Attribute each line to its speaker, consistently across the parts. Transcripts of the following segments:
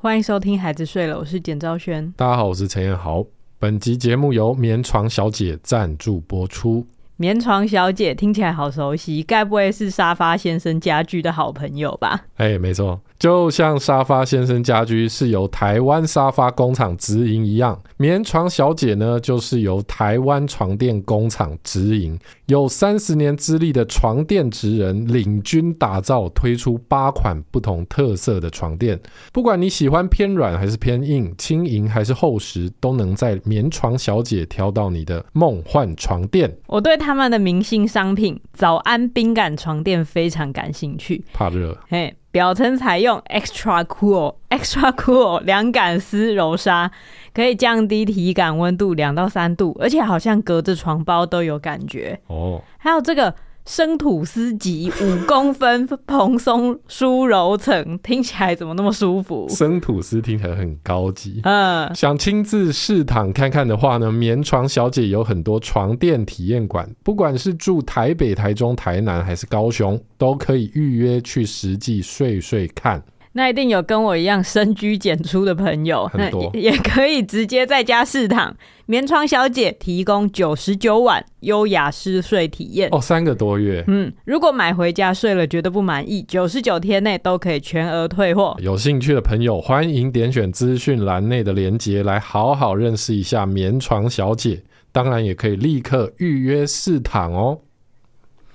Speaker 1: 欢迎收听《孩子睡了》，我是简昭轩。
Speaker 2: 大家好，我是陈彦豪。本集节目由棉床小姐赞助播出。
Speaker 1: 棉床小姐听起来好熟悉，该不会是沙发先生家居的好朋友吧？
Speaker 2: 哎、没错，就像沙发先生家居是由台湾沙发工厂直营一样，棉床小姐呢就是由台湾床垫工厂直营，有三十年资历的床垫职人领军打造，推出八款不同特色的床垫。不管你喜欢偏软还是偏硬，轻盈还是厚实，都能在棉床小姐挑到你的梦幻床垫。
Speaker 1: 我对他们的明星商品“早安冰感床垫”非常感兴趣。
Speaker 2: 怕热。
Speaker 1: 嘿，表层采用 Extra Cool Extra Cool 凉感丝柔纱，可以降低体感温度两到三度，而且好像隔着床包都有感觉。
Speaker 2: 哦，
Speaker 1: 还有这个生吐司级五公分蓬松舒柔层，听起来怎么那么舒服？
Speaker 2: 生吐司听起来很高级。
Speaker 1: 嗯，
Speaker 2: 想亲自试躺看看的话呢，棉床小姐有很多床垫体验馆，不管是住台北、台中、台南还是高雄，都可以预约去实际睡睡看。
Speaker 1: 那一定有跟我一样深居简出的朋友，
Speaker 2: 很多
Speaker 1: 那也 也可以直接在家试躺。棉床小姐提供九十九晚优雅嗜睡体验。
Speaker 2: 哦，三个多月，
Speaker 1: 嗯，如果买回家睡了觉得不满意，九十九天内都可以全额退货。
Speaker 2: 有兴趣的朋友欢迎点选资讯栏内的连结来好好认识一下棉床小姐。当然也可以立刻预约试躺哦。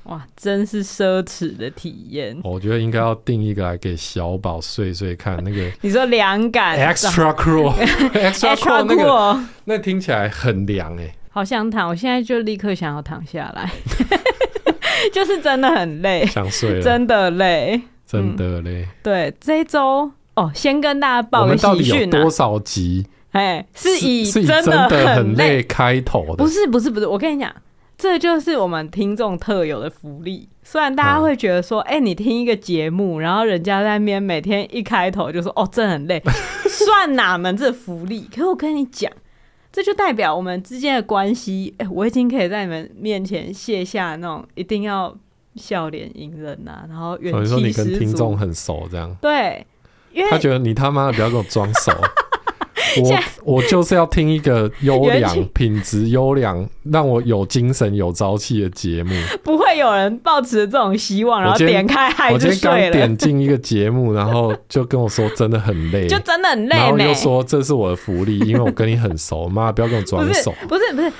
Speaker 1: 哇，真是奢侈的体验！
Speaker 2: 哦我觉得应该要定一个来给小宝睡睡看，那个
Speaker 1: 你说凉感
Speaker 2: 哎
Speaker 1: 哎
Speaker 2: extra cool，extra cool
Speaker 1: extra
Speaker 2: 那个
Speaker 1: cool，
Speaker 2: 那听起来很凉哎、
Speaker 1: 哦好想躺，我现在就立刻想要躺下来， 就是真的很累，
Speaker 2: 想睡了，
Speaker 1: 真嗯
Speaker 2: 真
Speaker 1: 的累。
Speaker 2: 的嘞。
Speaker 1: 对，这一周哦，先跟大家
Speaker 2: 我
Speaker 1: 报个
Speaker 2: 们到
Speaker 1: 喜
Speaker 2: 底有
Speaker 1: 讯
Speaker 2: 多
Speaker 1: 啊！
Speaker 2: 少集？
Speaker 1: 哎，是以
Speaker 2: 是以
Speaker 1: 真
Speaker 2: 的
Speaker 1: 很
Speaker 2: 累，开头的
Speaker 1: 不，是不是不是，我跟你讲，这就是我们听众特有的福利。虽然大家
Speaker 2: 嗯
Speaker 1: 会觉得说，哎、你听一个节目，然后人家在那边每天一开头就说，哦，这很 累，算哪门子福利？可我跟你讲，这就代表我们之间的关系，哎、我已经可以在你们面前卸下那种一定要笑脸迎人呐、然后元
Speaker 2: 我说
Speaker 1: 气
Speaker 2: 你跟
Speaker 1: 十
Speaker 2: 听众
Speaker 1: 足，哎
Speaker 2: 很熟，这样
Speaker 1: 对，因为
Speaker 2: 他觉得你他妈的不要跟我装 熟。我我就是要听一个优
Speaker 1: 元气
Speaker 2: 良、品质优良、让我有精神、有朝气的 节目。
Speaker 1: 不会有人抱持这种希望，然后
Speaker 2: 我今天
Speaker 1: 点开还
Speaker 2: 我今
Speaker 1: 是
Speaker 2: 天刚
Speaker 1: 睡了，
Speaker 2: 点进一个节目，然后就跟我说真的 很累，
Speaker 1: 就真的很
Speaker 2: 然
Speaker 1: 累
Speaker 2: 后
Speaker 1: 呢
Speaker 2: 又。说这是我的福利，因为我跟你很 熟，妈不要跟我
Speaker 1: 不
Speaker 2: 装
Speaker 1: 是
Speaker 2: 熟。
Speaker 1: 不是不是，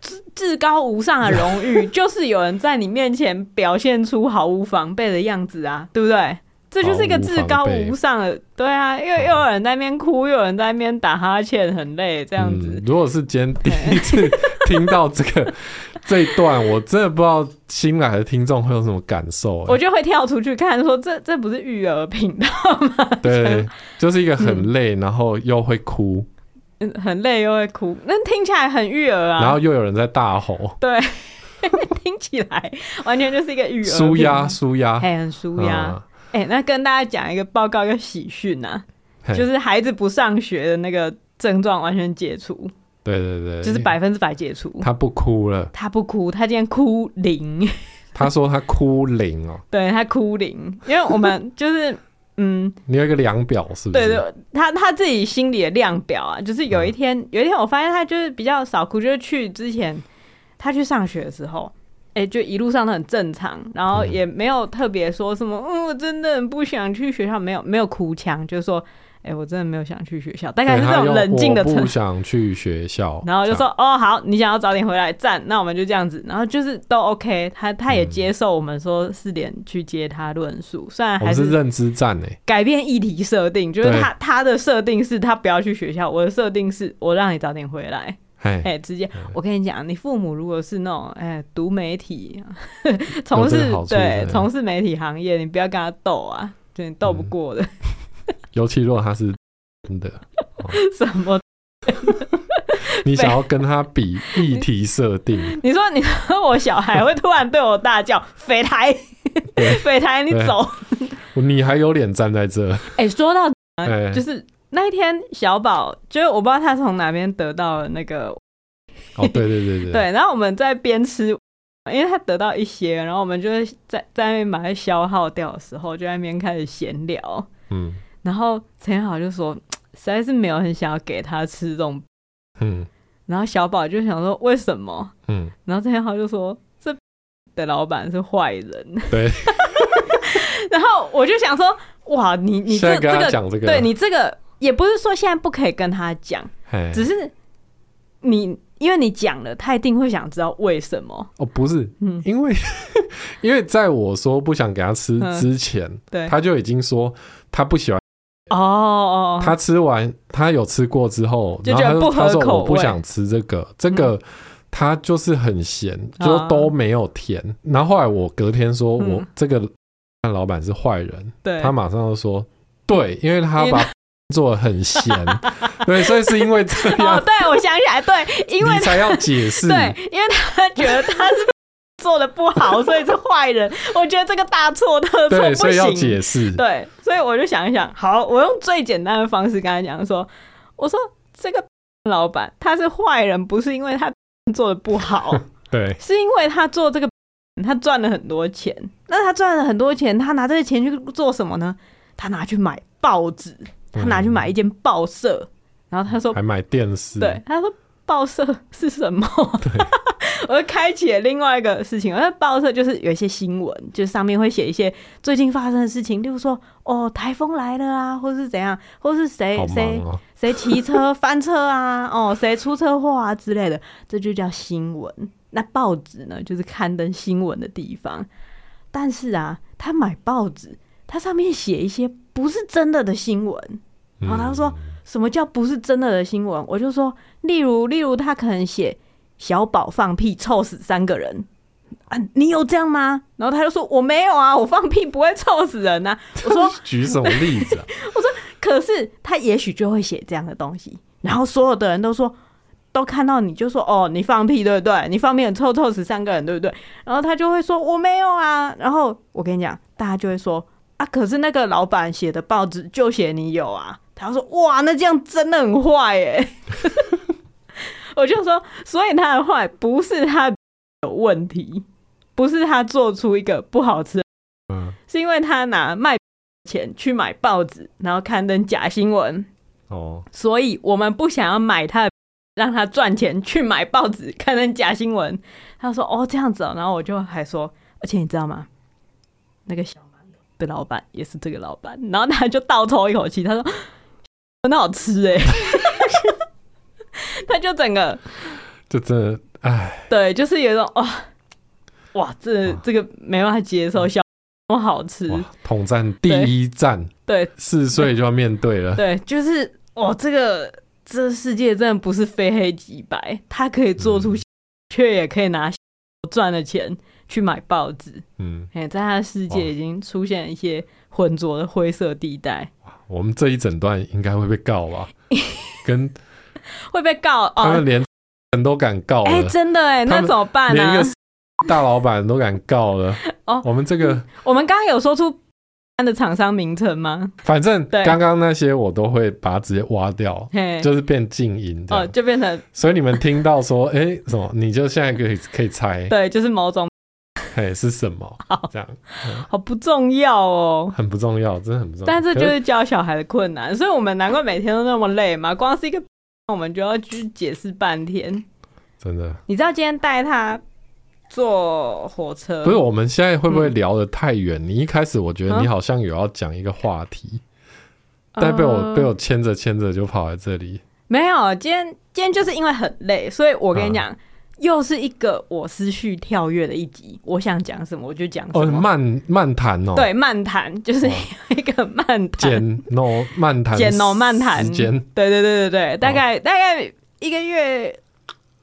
Speaker 1: 至至高无上的荣 誉，就是有人在你面前表现出毫无防备的样子啊，对不对？这就是一个至高无上的，对啊，又
Speaker 2: 嗯
Speaker 1: 又有人在那边哭，又有人在那边打哈欠，很累，这样子、
Speaker 2: 嗯。如果是今天第一次 听到这个这一段，我真的不知道新来的听众会有什么感受、
Speaker 1: 我
Speaker 2: 欸。
Speaker 1: 就会跳出去看说这这不是育儿频道，
Speaker 2: 对，就是一个很累，然后又会哭，
Speaker 1: 嗯 很累又会哭，那听起来很育儿啊，
Speaker 2: 然后又有人在大吼，
Speaker 1: 对，听起来完全就是一个育儿
Speaker 2: 舒
Speaker 1: 频道
Speaker 2: 压，舒压，
Speaker 1: 哎、很舒压。
Speaker 2: 啊嗯
Speaker 1: 哎、那跟大家讲一个报告，一个喜讯啊，
Speaker 2: 嘿
Speaker 1: 就是孩子不上学的那个症状完全解除，
Speaker 2: 对对对，
Speaker 1: 就是百分之百解除。
Speaker 2: 他不哭了，
Speaker 1: 他不哭，他今天哭零，
Speaker 2: 他说他哭零哦、
Speaker 1: 对他哭零，因为我们就是嗯，
Speaker 2: 你有一个量表是不
Speaker 1: 对
Speaker 2: 是？
Speaker 1: 对，他他自己心里的量表啊，就是有一
Speaker 2: 嗯
Speaker 1: 天、有一天我发现他就是比较少哭，就是去之前他去上学的时候。哎、就一路上都很正常，然后
Speaker 2: 嗯
Speaker 1: 也没有特别说什么，嗯，我真的很不想去学校，没有没有哭腔，就是说，哎、我真的没有想去学校，大
Speaker 2: 对
Speaker 1: 概是这
Speaker 2: 他
Speaker 1: 种
Speaker 2: 又
Speaker 1: 冷静的
Speaker 2: 我
Speaker 1: 程
Speaker 2: 不想去学校，
Speaker 1: 然后就说哦好，你想要早点回来，赞，那我们就这样子。然后就是都 OK，他他
Speaker 2: 嗯
Speaker 1: 也接受我们说四点去接他论述，虽然
Speaker 2: 这样
Speaker 1: 还
Speaker 2: 我们是
Speaker 1: 是
Speaker 2: 认知战欸诶、
Speaker 1: 改变议题设定，就是
Speaker 2: 对
Speaker 1: 他他的设定是他不要去学校，我的设定是我让你早点回来。
Speaker 2: 欸，
Speaker 1: 哎、
Speaker 2: 嘿，
Speaker 1: 直接我跟你讲，你父母如果是那种哎读媒 体，从
Speaker 2: 有这个
Speaker 1: 事
Speaker 2: 好处
Speaker 1: 对
Speaker 2: 对
Speaker 1: 从事媒体行业，你不要跟他斗啊，就你斗不
Speaker 2: 嗯
Speaker 1: 过的。
Speaker 2: 尤其如果他是真 的，
Speaker 1: 什么？
Speaker 2: 你想要跟他比议题设定，
Speaker 1: 你说你说我小孩会突然对我大叫“匪台”， 匪台你
Speaker 2: 对
Speaker 1: 走。
Speaker 2: 你还有脸站在这？
Speaker 1: 哎、说到
Speaker 2: 哎、
Speaker 1: 就是那一天，小宝就是我不知道他从哪边得到了那个
Speaker 2: 哦，对对对 对，
Speaker 1: 对，然后我们在边吃，因为他得到一些，然后我们就是在在那边把它消耗掉的时候，就在那边开始闲聊。
Speaker 2: 嗯，
Speaker 1: 然后陈彦豪就说，实在是没有很想要给他吃这种。
Speaker 2: 嗯
Speaker 1: 然后小宝就想说，为什么？
Speaker 2: 嗯，
Speaker 1: 然后陈彦豪就说，这的老板是坏人。
Speaker 2: 对。
Speaker 1: 然后我就想说，哇，你你
Speaker 2: 现
Speaker 1: 这
Speaker 2: 在
Speaker 1: 这
Speaker 2: 跟他
Speaker 1: 个，
Speaker 2: 讲这个，
Speaker 1: 对你这个也不是说现在不可以跟他讲，
Speaker 2: 嘿，
Speaker 1: 只是你因为你讲了，他一定会想知道为什么。
Speaker 2: 哦，不是，
Speaker 1: 嗯，
Speaker 2: 因为 因为在我说不想给他吃
Speaker 1: 嗯
Speaker 2: 之前，
Speaker 1: 对。
Speaker 2: 他就已经说他不喜欢，
Speaker 1: 哦哦，哦
Speaker 2: 他吃完他有吃过之后，
Speaker 1: 就
Speaker 2: 然后
Speaker 1: 觉
Speaker 2: 他
Speaker 1: 得
Speaker 2: 就
Speaker 1: 不合
Speaker 2: 他说
Speaker 1: 口
Speaker 2: 我不
Speaker 1: 味嗯
Speaker 2: 想吃这个，这个他就是很咸，就
Speaker 1: 啊
Speaker 2: 都没有甜。然后后来我隔天说
Speaker 1: 嗯
Speaker 2: 我这个老板是坏人，
Speaker 1: 对，
Speaker 2: 他马上就说哎对，因为他
Speaker 1: 因为
Speaker 2: 把 做的很咸，对，所以是因为这
Speaker 1: 哦，
Speaker 2: 样。
Speaker 1: 对，我想起来，对，因为
Speaker 2: 你才要解释，
Speaker 1: 对，因为他觉得他是 做的不好，所以是坏人。我觉得这个大错特错
Speaker 2: 对，
Speaker 1: 不
Speaker 2: 所以要
Speaker 1: 行。
Speaker 2: 解释，
Speaker 1: 对，所以我就想一想，好，我用最简单的方式跟他讲说，我说这个老板他是坏人，不是因为他做的不 好，
Speaker 2: 对，
Speaker 1: 是因为他做这个他赚了很多钱。那他赚了很多钱，他拿这个钱去做什么呢？他拿去买报纸，他拿去买一
Speaker 2: 嗯，
Speaker 1: 间报社，然后他说
Speaker 2: 还买电视，
Speaker 1: 对，他说报社是什么？ 我就开启了另外一个事情，因为报社就是有一些新闻，就是上面会写一些最近发生的事情，例如说哦台风来了啊，或是怎样，或是谁
Speaker 2: 好
Speaker 1: 哎谁
Speaker 2: 忙哦，
Speaker 1: 谁骑车翻车啊，哦谁出车祸啊之类的，这就叫新闻。那报纸呢，就是刊登新闻的地方。但是啊，他买报纸，它上面写一些不是真的的新闻，然后他说什么叫不是真的的新闻？我就说，例如，例如他可能写小宝放屁臭死三个人啊，你有这样吗？然后他就说我没有啊，我放屁不会臭死人呐、 啊我说
Speaker 2: 举什么例子啊？
Speaker 1: 可是他也许就会写这样的东西，然后所有的人都说，都看到你就说哦，你放屁对不对？你放屁很臭，臭死三个人对不对？然后他就会说我没有啊，然后我跟你讲，大家就会说啊，可是那个老板写的报纸就写你有啊，他说哇，那这样真的很坏耶。 我就说，所以他的坏不是他有问题，不是他做出一个不好吃的
Speaker 2: 嗯，
Speaker 1: 是因为他拿卖钱去买报纸，然后刊登假新闻，
Speaker 2: 哦，
Speaker 1: 所以我们不想要买他的，让他赚钱去买报纸刊登假新闻。他说：“哦，这样子、哦。”然后我就还说：“而且你知道吗？那个小馒头的老板也是这个老板。”然后他就倒抽一口气，他说：“ 很好吃哎、 他就整个
Speaker 2: 就真的，哎，
Speaker 1: 对，就是有一种哇哇，这
Speaker 2: 哇
Speaker 1: 这个没办法接受，小那么好吃，
Speaker 2: 哇，统战第一战，
Speaker 1: 对，
Speaker 2: 四岁就要面对了，
Speaker 1: 对，就是哦，这个这世界真的不是非黑即白，他可以做出，
Speaker 2: 嗯
Speaker 1: 却也可以拿赚的钱去买报纸。
Speaker 2: 嗯，
Speaker 1: 哎，在他的世
Speaker 2: 哇
Speaker 1: 界已经出现一些浑浊的灰色地带，
Speaker 2: 我们这一整段应该会被告 吧？跟
Speaker 1: 会被告
Speaker 2: 他们
Speaker 1: 哦。
Speaker 2: 连人都敢告
Speaker 1: 哎，
Speaker 2: 了，
Speaker 1: 真的哎，
Speaker 2: 他
Speaker 1: 那
Speaker 2: 们
Speaker 1: 怎么办
Speaker 2: 连一
Speaker 1: 呢、
Speaker 2: 个大老板都敢告了，
Speaker 1: 哦
Speaker 2: 我们这个
Speaker 1: 我们刚刚有说出的厂商名称吗？
Speaker 2: 反正
Speaker 1: 对
Speaker 2: 刚刚那些我都会把它直接挖掉。
Speaker 1: 嘿，
Speaker 2: 就是变静音这
Speaker 1: 哦，
Speaker 2: 样，
Speaker 1: 就变成
Speaker 2: 所以你们听到说，哎、什么，你就现在可以可以猜，
Speaker 1: 对，就是某种
Speaker 2: 嘿，是什么
Speaker 1: 好？
Speaker 2: 这样
Speaker 1: 好不重要哦。
Speaker 2: 很不重要，真的很不重要。
Speaker 1: 但这就
Speaker 2: 可
Speaker 1: 是教小孩的困难，所以我们难怪每天都那么累嘛。光是一个，我们就要去解释半天。
Speaker 2: 真的
Speaker 1: 你知道今天带他坐火车，
Speaker 2: 不是我们现在会不会
Speaker 1: 嗯
Speaker 2: 聊得太远？你一开始我觉得
Speaker 1: 啊
Speaker 2: 你好像有要讲一个话题，
Speaker 1: 呃
Speaker 2: 但被我被我牵着牵着就跑来这里。
Speaker 1: 没有。今天今天就是因为很累，所以我跟你讲，
Speaker 2: 嗯
Speaker 1: 又是一个我思绪跳跃的一集。我想讲什么我就讲
Speaker 2: 哦，
Speaker 1: 什么，
Speaker 2: 漫漫谈哦，
Speaker 1: 对，漫谈就是
Speaker 2: 哦
Speaker 1: 一个漫谈，
Speaker 2: 简 no 漫谈，
Speaker 1: 简哦漫谈
Speaker 2: 时间哦
Speaker 1: 对对对对对，大概、大概一个月，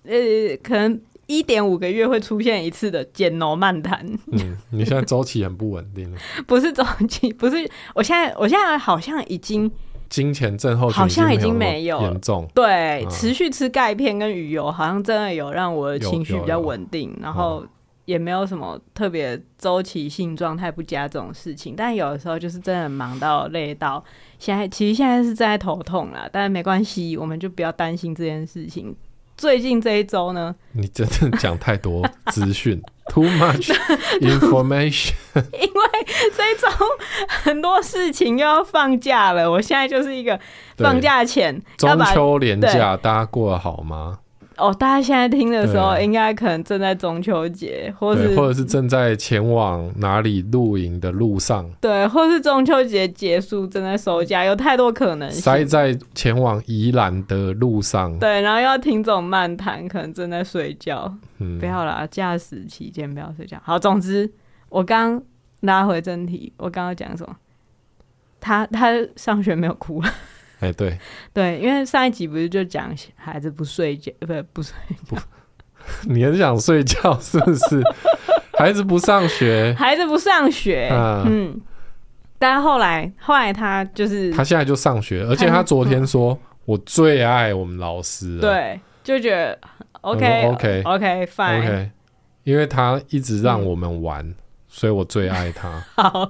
Speaker 1: 呃，可能一点五个月会出现一次的简农漫谈。
Speaker 2: 嗯，你现在周期很不稳定，
Speaker 1: 不是周期，不是，我现在我现在好像已经
Speaker 2: 金钱症候群
Speaker 1: 好像已经
Speaker 2: 没
Speaker 1: 没有
Speaker 2: 那么严重，
Speaker 1: 对、
Speaker 2: 嗯
Speaker 1: 持续吃钙片跟鱼油，好像真的有让我的情绪比较稳定，然后
Speaker 2: 嗯
Speaker 1: 也没有什么特别周期性状态不佳这种事情。但有的时候就是真的忙到累到，现在其实现在是正在头痛啦，但没关系，我们就不要担心这件事情。最近这一周呢，
Speaker 2: 你真的讲太多资讯，too much information。
Speaker 1: 这一周很多事情又要放假了，我现在就是一个
Speaker 2: 对
Speaker 1: 放假前要
Speaker 2: 中
Speaker 1: 把
Speaker 2: 秋连假大家过得好吗？
Speaker 1: 哦，大家现在听的时
Speaker 2: 对
Speaker 1: 候，
Speaker 2: 啊
Speaker 1: 应该可能正在中秋节，或是
Speaker 2: 对，或者是正在前往哪里露营的路上，
Speaker 1: 对，或是中秋节结束正在收假，有太多可能
Speaker 2: 塞
Speaker 1: 性。
Speaker 2: 在前往宜兰的路上。
Speaker 1: 嗯对，然后又要听这种漫谈，可能正在睡觉。
Speaker 2: 嗯
Speaker 1: 不要啦，驾驶期间不要睡觉。好，总之我刚拉回正题，我刚刚讲什么？他他上学没有哭了，
Speaker 2: 哎，对，
Speaker 1: 对，因为上一集不是就讲孩子不睡觉，不是不是
Speaker 2: 你很想睡觉是不是？ 孩子不上 学，
Speaker 1: 孩子不上学，
Speaker 2: 啊
Speaker 1: 嗯，但后来后来他就是
Speaker 2: 他现在就上学，而且他昨天说：“我最爱我们老师了。”
Speaker 1: 对，就觉得 OK
Speaker 2: 我说 OK
Speaker 1: OK fine，
Speaker 2: ，OK，因为他一直
Speaker 1: 嗯
Speaker 2: 让我们玩，所以我最爱他。
Speaker 1: 好，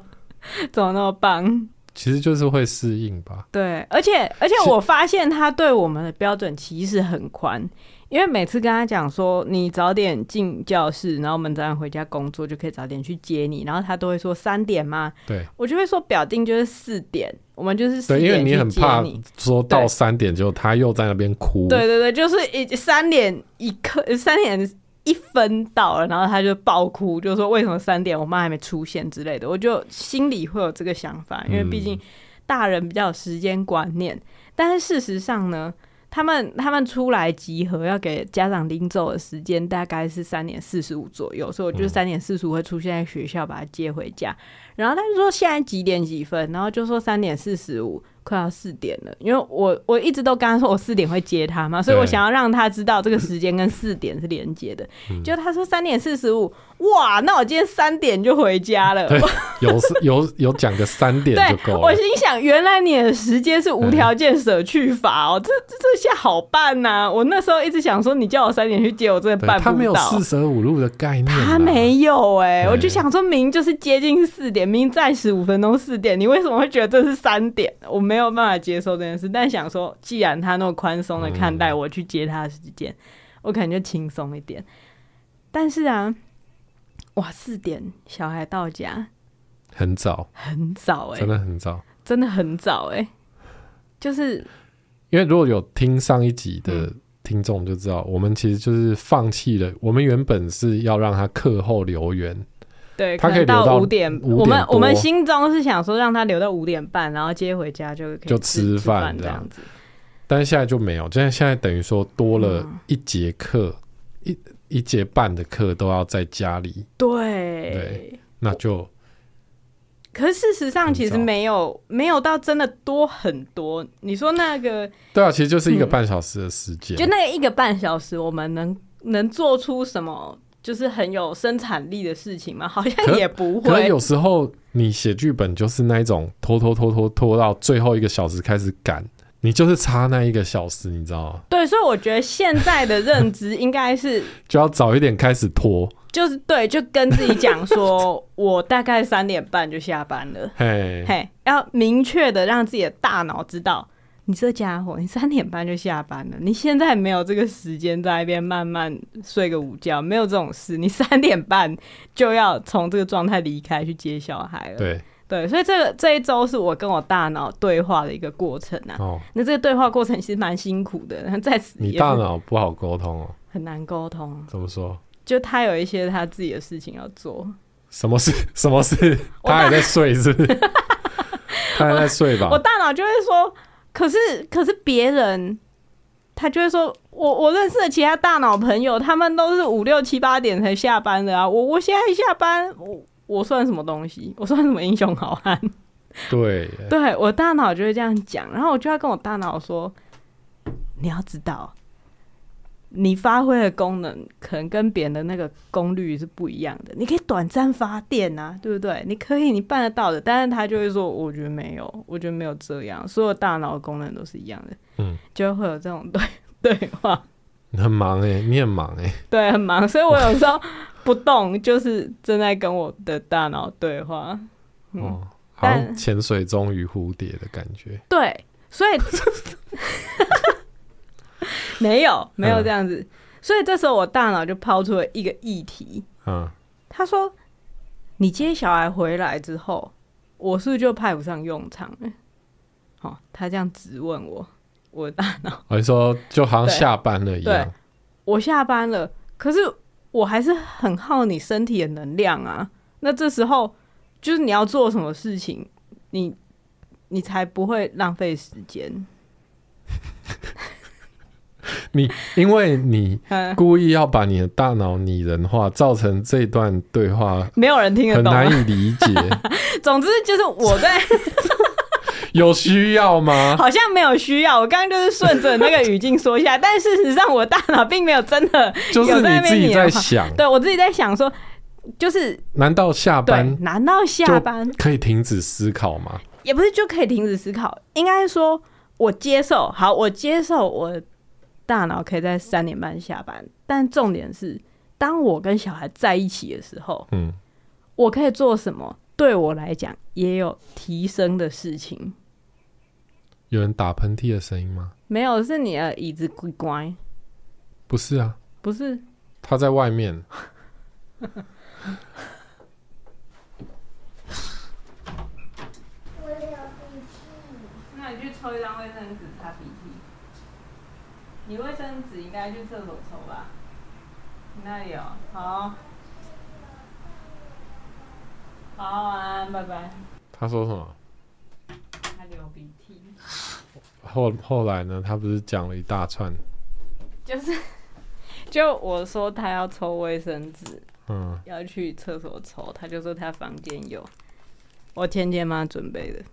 Speaker 1: 怎么那么棒？
Speaker 2: 其实就是会适应吧。
Speaker 1: 对，而且而且
Speaker 2: 是
Speaker 1: 我发现他对我们的标准其实很宽，因为每次跟他讲说你早点进教室，然后我们早点回家工作就可以早点去接你，然后他都会说三点吗？
Speaker 2: 对
Speaker 1: 我就会说表定就是四点，我们就是四
Speaker 2: 对，因为
Speaker 1: 点
Speaker 2: 你
Speaker 1: 去
Speaker 2: 很
Speaker 1: 接
Speaker 2: 怕
Speaker 1: 你。
Speaker 2: 说到
Speaker 1: 对
Speaker 2: 三点就他又在那边哭。
Speaker 1: 对对对，就是一三点一刻，三点一分到了，然后他就爆哭，就说为什么三点我妈还没出现之类的，我就心里会有这个想法，因为毕竟大人比较有时间观念，但是事实上呢。他们他们出来集合要给家长领走的时间大概是三点四十五左右，所以我就三点四十五会出现在学校把他接回家。然后他就说现在几点几分，然后就说三点四十五，快要四点了。因为我我一直都跟他说我四点会接他嘛，所以我想要让他知道这个时间跟四点是连接的。就他说三点四十五，哇，那我今天三点就回家了。
Speaker 2: 对，有时有有讲个三点就
Speaker 1: 对，
Speaker 2: 够
Speaker 1: 我
Speaker 2: 了。
Speaker 1: 心想，原来你的时间是无条件舍去法
Speaker 2: 嗯
Speaker 1: 哦，这这这下好办呐、我那时候一直想说，你叫我三点去接，我真的
Speaker 2: 对
Speaker 1: 办不到。
Speaker 2: 他没有四舍五入的概念啊啦，
Speaker 1: 他没有哎、
Speaker 2: 对
Speaker 1: 我就想说明就是接近四点，明再十五分钟四点，你为什么会觉得这是三点？我没有办法接受这件事，但想说，既然他那么宽松的看待我去接他的时间，我可能就轻松一点。但是啊，哇，四点小孩到家
Speaker 2: 很早，
Speaker 1: 很早哎、
Speaker 2: 真的很早。
Speaker 1: 真的很早哎、就是
Speaker 2: 因为如果有听上一集的
Speaker 1: 嗯
Speaker 2: 听众就知道，我们其实就是放弃了。我们原本是要让他课后留园，
Speaker 1: 对，
Speaker 2: 他可以
Speaker 1: 能
Speaker 2: 留到
Speaker 1: 五点。
Speaker 2: 5
Speaker 1: 我们
Speaker 2: 点多
Speaker 1: 我们心中是想说让他留到五点半，然后接回家就可以
Speaker 2: 就
Speaker 1: 吃
Speaker 2: 吃饭
Speaker 1: 饭
Speaker 2: 这
Speaker 1: 这
Speaker 2: 样
Speaker 1: 样子。
Speaker 2: 但是现在就没有。现在现在等于说多了
Speaker 1: 嗯
Speaker 2: 一节课，一一节半的课都要在家里，
Speaker 1: 对。
Speaker 2: 对那就
Speaker 1: 可是事实上，
Speaker 2: 很
Speaker 1: 其实
Speaker 2: 早
Speaker 1: 没有没有到真的多很多。你说那个，
Speaker 2: 对啊，其实就是一个
Speaker 1: 嗯
Speaker 2: 半小时的时间。
Speaker 1: 就那个一个半小时，我们能能做出什么，就是很有生产力的事情吗？好像
Speaker 2: 可
Speaker 1: 也不
Speaker 2: 可能
Speaker 1: 会。
Speaker 2: 有时候你写剧本就是那一种拖拖拖拖拖到最后一个小时开始赶，你就是差那一个小时，你知道吗？
Speaker 1: 对，所以我觉得现在的认知应该是
Speaker 2: 就要早一点开始拖。
Speaker 1: 就是对，就跟自己讲说，我大概三点半就下班了，
Speaker 2: 嘿，
Speaker 1: 嘿，要明确的让自己的大脑知道，你这家伙，你三点半就下班了，你现在没有这个时间在那边慢慢睡个午觉，没有这种事，你三点半就要从这个状态离开去接小孩了。
Speaker 2: 对，
Speaker 1: 对所以这个这一周是我跟我大脑对话的一个过程啊。
Speaker 2: 哦，
Speaker 1: 那这个对话过程其实蛮辛苦的，然后在此
Speaker 2: 你
Speaker 1: 也
Speaker 2: 大
Speaker 1: 是
Speaker 2: 脑不好沟通哦，
Speaker 1: 很难沟通，
Speaker 2: 怎么说？
Speaker 1: 就他有一些他自己的事情要做。
Speaker 2: 什么事？ 什么事？
Speaker 1: 我
Speaker 2: 他
Speaker 1: 大
Speaker 2: 还在睡是不是？ 他还在睡吧
Speaker 1: 我？大脑就会说，可是可是别人，他就会说，我我认识的其他大脑朋友，他们都是五六七八点才下班的啊，我我现在下班，我我算什么东西？我算什么英雄好汉？
Speaker 2: 对耶，
Speaker 1: 对我大脑就会这样讲，然后我就要跟我大脑说，你要知道。你发挥的功能可能跟别人的那个功率是不一样的，你可以短暂发电啊，对不对？你可以，你办得到的。但是他就会说，我觉得没有，我觉得没有这样，所有大脑的功能都是一样的，
Speaker 2: 嗯，
Speaker 1: 就会有这种 对对话，
Speaker 2: 你很忙哎，你很忙哎，
Speaker 1: 对，很忙，所以我有时候不动，就是正在跟我的大脑对话，嗯
Speaker 2: 哦，好像
Speaker 1: 但
Speaker 2: 潜水钟与蝴蝶的感觉。
Speaker 1: 对，所以。 没有没有这样
Speaker 2: 嗯
Speaker 1: 子。所以这时候我大脑就抛出了一个议题，
Speaker 2: 嗯，
Speaker 1: 他说：“你接小孩回来之后，我是不是就派不上用场了？”好、他这样质问我，我大脑，
Speaker 2: 我就说就好像
Speaker 1: 对
Speaker 2: 下班了一样，
Speaker 1: 我下班了，可是我还是很耗你身体的能量啊。那这时候就是你要做什么事情，你你才不会浪费时间。
Speaker 2: 你因为你
Speaker 1: 嗯，
Speaker 2: 故意要把你的大脑拟人化，造成这段对话
Speaker 1: 没有人听得
Speaker 2: 很
Speaker 1: 懂啊、
Speaker 2: 难以理 解，
Speaker 1: 总之就是我在
Speaker 2: 有需要吗？
Speaker 1: 好像没有需要，我刚刚就是顺着那个语境说一下，但事实上我大脑并没有真的
Speaker 2: 就是
Speaker 1: 有
Speaker 2: 你
Speaker 1: 在那
Speaker 2: 自
Speaker 1: 边
Speaker 2: 己
Speaker 1: 拟
Speaker 2: 在
Speaker 1: 人化
Speaker 2: 想，
Speaker 1: 对我自己在想说，就是
Speaker 2: 难道下
Speaker 1: 对
Speaker 2: 班，
Speaker 1: 难道下班
Speaker 2: 可以停止思考吗？
Speaker 1: 也不是就可以停止思考？应该说，我接受，好，我接受我大脑可以在三点半下班，但重点是，当我跟小孩在一起的时候，
Speaker 2: 嗯，
Speaker 1: 我可以做什么？对我来讲，也有提升的事情。
Speaker 2: 有人打喷嚏的声音吗？
Speaker 1: 没有，是你的椅子乖乖，
Speaker 2: 不是啊，
Speaker 1: 不是
Speaker 2: 他在外面。
Speaker 1: 那你去抽一张卫生纸擦鼻涕。你卫生纸应该去厕所抽吧？你那里有，好，好，晚安，拜拜。
Speaker 2: 他说什么？
Speaker 1: 他流鼻涕，
Speaker 2: 后后来呢？他不是讲了一大串，
Speaker 1: 就是 就我说他要抽卫生纸，
Speaker 2: 嗯，
Speaker 1: 要去厕所抽，他就说他房间有，我天天帮他准备的，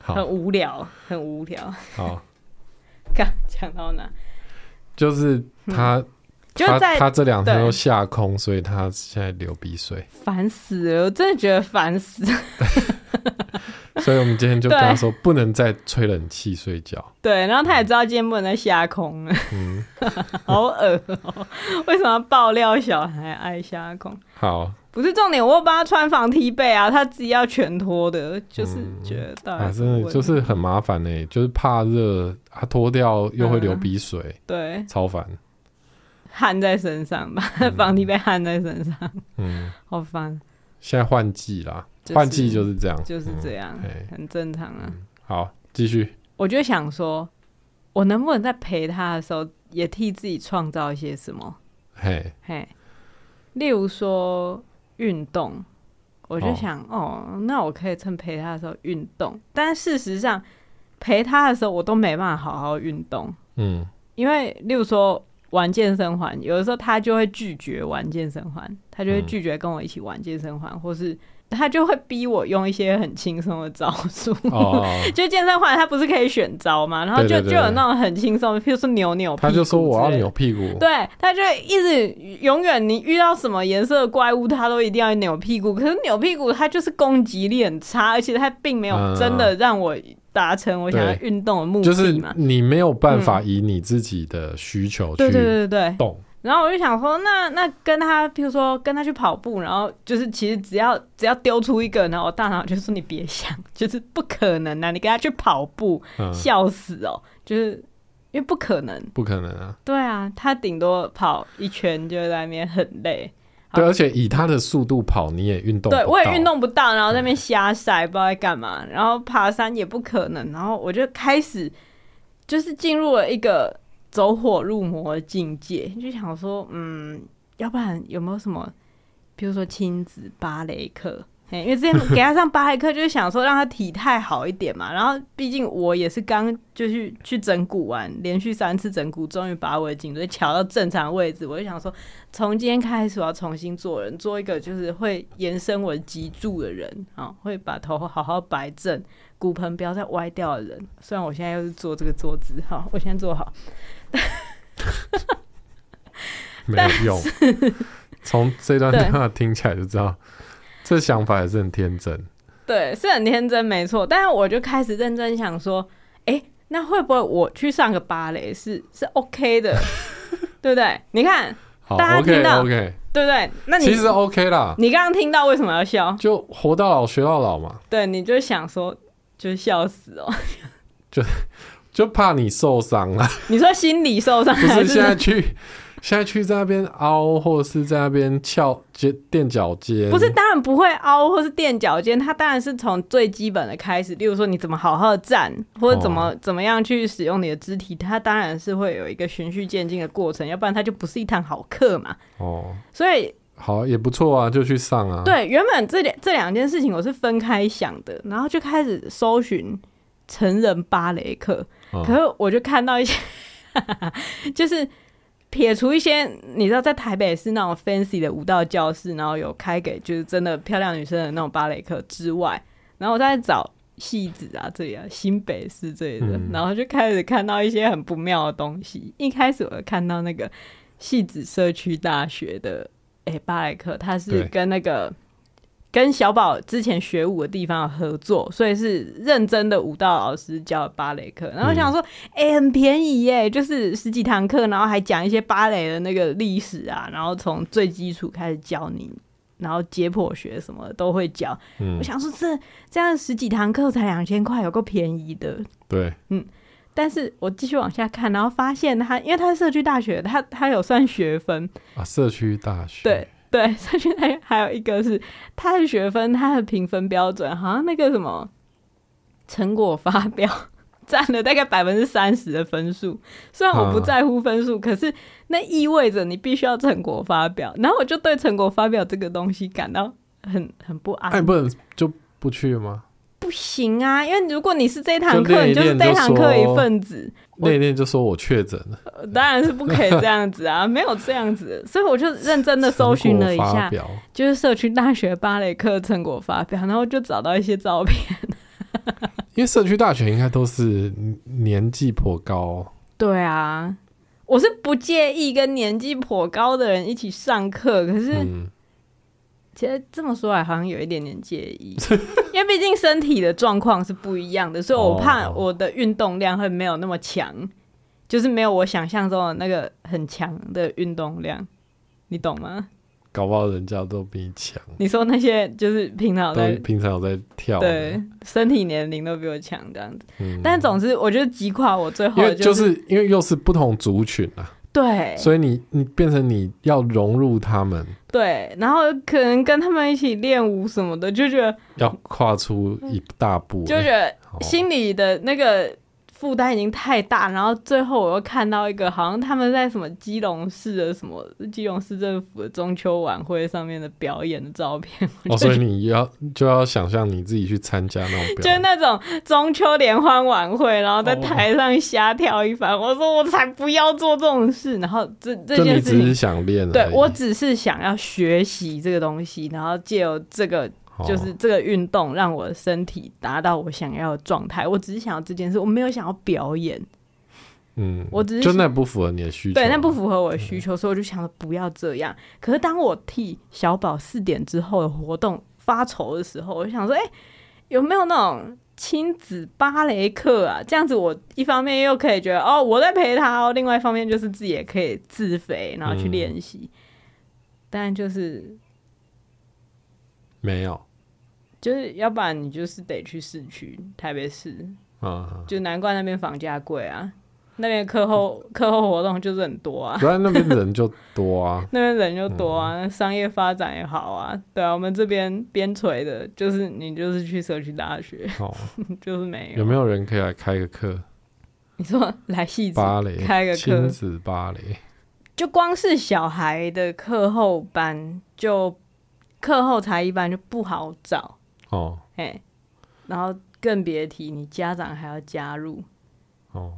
Speaker 2: 好
Speaker 1: 很无聊，很无聊。
Speaker 2: 好，
Speaker 1: 刚讲到哪？
Speaker 2: 就是他、
Speaker 1: 嗯就
Speaker 2: 他
Speaker 1: 在
Speaker 2: 他这两天
Speaker 1: 对
Speaker 2: 都下空，所以他现在流鼻水，
Speaker 1: 烦死了，我真的觉得烦死了
Speaker 2: 所以我们今天就跟他
Speaker 1: 对
Speaker 2: 说不能再吹冷气睡觉，
Speaker 1: 对，然后他也知道今天不能再下空了，
Speaker 2: 嗯，
Speaker 1: 好恶哦、为什么要爆料小孩爱下空？
Speaker 2: 好，
Speaker 1: 不是重点，我有帮他穿防踢被啊，他自己要全脱的，就是
Speaker 2: 嗯
Speaker 1: 觉得到底
Speaker 2: 啊，
Speaker 1: 什
Speaker 2: 真
Speaker 1: 么
Speaker 2: 的
Speaker 1: 问
Speaker 2: 就
Speaker 1: 题
Speaker 2: 是很麻烦呢、欸就是怕热，他脱掉又会流鼻水，
Speaker 1: 对
Speaker 2: 超烦，
Speaker 1: 汗在身上吧，防踢被汗在身上，
Speaker 2: 嗯，
Speaker 1: 好烦，
Speaker 2: 现在换季啦，
Speaker 1: 就是
Speaker 2: 换季就是这样，嗯
Speaker 1: 就是这样，
Speaker 2: 嘿嗯
Speaker 1: 很正常啊。
Speaker 2: 好，继续，
Speaker 1: 我就想说，我能不能在陪他的时候，也替自己创造一些什么？
Speaker 2: 嘿，
Speaker 1: 嘿，例如说运动，我就
Speaker 2: 哦
Speaker 1: 想哦那我可以趁陪他的时候运动。但事实上，陪他的时候我都没办法好好运动，
Speaker 2: 嗯，
Speaker 1: 因为例如说玩健身环，有的时候他就会拒绝玩健身环，他就会
Speaker 2: 嗯
Speaker 1: 拒绝跟我一起玩健身环，或是他就会逼我用一些很轻松的招数。
Speaker 2: 哦，
Speaker 1: 就健身环，它不是可以选招嘛？然后就
Speaker 2: 对对对
Speaker 1: 就有那种很轻松，譬如说扭扭屁股之类的，
Speaker 2: 他就说我要扭屁股，
Speaker 1: 对，他就一直永远你遇到什么颜色的怪物，他都一定要扭屁股。可是扭屁股，它就是攻击力很差，而且它并没有真的让我达成我想要
Speaker 2: 对
Speaker 1: 运动的目的
Speaker 2: 就是
Speaker 1: 嘛。嗯
Speaker 2: 你没有办法以你自己的需求
Speaker 1: 对对
Speaker 2: 去
Speaker 1: 对对对。
Speaker 2: 动，
Speaker 1: 然后我就想说，那那跟他，譬如说跟他去跑步，然后就是其实只要只要丢出一个，然后我大脑就说你别想，就是不可能啊！你跟他去跑步，
Speaker 2: 嗯，
Speaker 1: 笑死哦，就是因为不可能。
Speaker 2: 不可能啊，
Speaker 1: 对啊，他顶多跑一圈就在那边很累。好
Speaker 2: 对，而且以他的速度跑，你也运动，
Speaker 1: 对，我也运，动不到，然后在那边瞎晒，不知道在干嘛。然后爬山也不可能，然后我就开始就是进入了一个走火入魔的境界，就想说，嗯，要不然有没有什么，比如说亲子芭蕾课？嘿因为之前给他上芭蕾课，就是想说让他体态好一点嘛。然后毕竟我也是刚就去去整骨完，连续三次整骨，终于把我的颈椎调到正常位置。我就想说，从今天开始我要重新做人，做一个就是会延伸我的脊柱的人啊、会把头好好摆正，骨盆不要再歪掉的人。虽然我现在又是做这个坐姿，好，我先坐好。
Speaker 2: 没有用。 从这段
Speaker 1: 对
Speaker 2: 对话听起来就知道，这想法还是很天真。
Speaker 1: 对，是很天真，没错。但是我就开始认真想说，哎、那会不会我去上个芭蕾是是 OK 的，对不对？你看，
Speaker 2: 好
Speaker 1: 大家
Speaker 2: ，OK
Speaker 1: 听到
Speaker 2: OK，
Speaker 1: 对不对？那你
Speaker 2: 其实 OK 啦，
Speaker 1: 你刚刚听到为什么要笑？
Speaker 2: 就活到老学到老嘛。
Speaker 1: 对，你就想说，就笑死哦。
Speaker 2: 就怕你受伤 啊，
Speaker 1: 你说心理受伤
Speaker 2: 不
Speaker 1: 还
Speaker 2: 是
Speaker 1: 是
Speaker 2: 现在去，现在去在那边凹，或者是在那边翘尖垫脚尖，
Speaker 1: 不是，当然不会凹或是垫脚尖，它当然是从最基本的开始。例如说，你怎么好好的站，或者怎么、怎么样去使用你的肢体，它当然是会有一个循序渐进的过程，要不然它就不是一堂好课嘛。
Speaker 2: 哦，
Speaker 1: 所以，
Speaker 2: 好也不错啊，就去上啊，，
Speaker 1: 对原本这两这两件事情我是分开想的，然后就开始搜寻成人芭蕾课，
Speaker 2: 嗯
Speaker 1: 可是我就看到一些， 就是撇除一些你知道在台北是那种 fancy 的舞蹈教室，然后有开给就是真的漂亮女生的那种芭蕾课之外，然后我在找戏子啊这里啊新北市这里的，
Speaker 2: 嗯
Speaker 1: 然后就开始看到一些很不妙的东西。一开始我就看到那个戏子社区大学的诶、芭蕾课，它是
Speaker 2: 对
Speaker 1: 跟那个。跟小宝之前学舞的地方有合作，所以是认真的舞蹈老师教芭蕾课。然后我想说，哎、很便宜耶，就是十几堂课，然后还讲一些芭蕾的那个历史啊，然后从最基础开始教你，然后解剖学什么的都会教。
Speaker 2: 嗯
Speaker 1: 我，想说这这样十几堂课才两千块，有够便宜的。
Speaker 2: 对，
Speaker 1: 但是我继续往下看，然后发现他，因为他是社区大学，他他有算学分，
Speaker 2: 啊，社区大学，
Speaker 1: 对， 对，社区大学还有一个是他的学分，他的评分标准好像那个什么成果发表 占了大概百分之三十的分数。虽然我不
Speaker 2: 嗯
Speaker 1: 在乎分数，可是那意味着你必须要成果发表。然后我就对成果发表这个东西感到很很不安。
Speaker 2: 那哎你不能就不去吗？
Speaker 1: 不行啊，因为如果你是这一堂
Speaker 2: 就
Speaker 1: 课，
Speaker 2: 练一
Speaker 1: 你就是
Speaker 2: 练
Speaker 1: 这一
Speaker 2: 就
Speaker 1: 堂课一
Speaker 2: 说
Speaker 1: 份子。我
Speaker 2: 那天就说我确诊了，
Speaker 1: 呃当然是不可以这样子 啊，没有这样子，所以我就认真的搜寻了一
Speaker 2: 成果
Speaker 1: 下
Speaker 2: 发，表
Speaker 1: 就是社区大学芭蕾课成果发表，然后就找到一些照片。
Speaker 2: 因为社区大学应该都是年纪颇高，
Speaker 1: 对啊，我是不介意跟年纪颇高的人一起上课，可是
Speaker 2: 嗯，
Speaker 1: 其实这么说来好像有一点点介意， 因为毕竟身体的状况是不一样的，所以我怕
Speaker 2: 哦
Speaker 1: 我的运动量会没有那么强，就是没有我想象中的那个很强的运动量，你懂吗？
Speaker 2: 搞不好人家都比你强，
Speaker 1: 你说那些就是平常有
Speaker 2: 都
Speaker 1: 在
Speaker 2: 平常有在跳的，
Speaker 1: 对身体年龄都比我强这样子，
Speaker 2: 嗯
Speaker 1: 但总之我觉得击垮我最后
Speaker 2: 因
Speaker 1: 的
Speaker 2: 为就是是因为又是不同族群啊，
Speaker 1: 对
Speaker 2: 所以你你变成你要融入他们，
Speaker 1: 对，然后可能跟他们一起练舞什么的，就觉得
Speaker 2: 要跨出一大步、欸
Speaker 1: 就觉得
Speaker 2: 哎好
Speaker 1: 心里的那个负担已经太大，然后最后我又看到一个好像他们在什么基隆市的什么基隆市政府的中秋晚会上面的表演的照片，
Speaker 2: 哦，所以你要就要想象你自己去参加那种
Speaker 1: 就
Speaker 2: 表
Speaker 1: 是
Speaker 2: 演，
Speaker 1: 那种中秋联欢晚会，然后在
Speaker 2: 哦
Speaker 1: 台上瞎跳一番。我 说我才不要做这种事，然后这这
Speaker 2: 就
Speaker 1: 件
Speaker 2: 你
Speaker 1: 事
Speaker 2: 只是
Speaker 1: 情。
Speaker 2: 想练而已，
Speaker 1: 对，我只是想要学习这个东西，然后借由这个
Speaker 2: 哦
Speaker 1: 就是这个运动让我的身体达到我想要的状态。我只是想要这件事，我没有想要表演，
Speaker 2: 嗯，
Speaker 1: 我只是
Speaker 2: 就那不符合你的需求，嗯
Speaker 1: 对，那不符合我的需求，所以我就想着不要这样。可是当我替小宝四点之后的活动发愁的时候，我就想说，哎、有没有那种亲子芭蕾课啊？这样子，我一方面又可以觉得哦我在陪他哦，另外一方面就是自己也可以自肥，然后去
Speaker 2: 嗯
Speaker 1: 练习。但就是
Speaker 2: 没有
Speaker 1: 就是，要不然你就是得去市区，台北市，
Speaker 2: 啊，
Speaker 1: 就难怪那边房价贵啊，那边课后课后活动就是很多啊。，
Speaker 2: 不然那边人就多啊
Speaker 1: 那边人就多啊，那商业发展也好啊，对啊，我们这边边陲的，就是你就是去社区大学，
Speaker 2: 哦，
Speaker 1: 就是没有。
Speaker 2: 有没有人可以来开个课？
Speaker 1: 你说来戏子，
Speaker 2: 芭蕾
Speaker 1: 开个课
Speaker 2: 亲子芭蕾，
Speaker 1: 就光是小孩的课后班，就课后才艺班就不好找，
Speaker 2: 哦
Speaker 1: 哎，然后更别提你家长还要加入，
Speaker 2: 哦，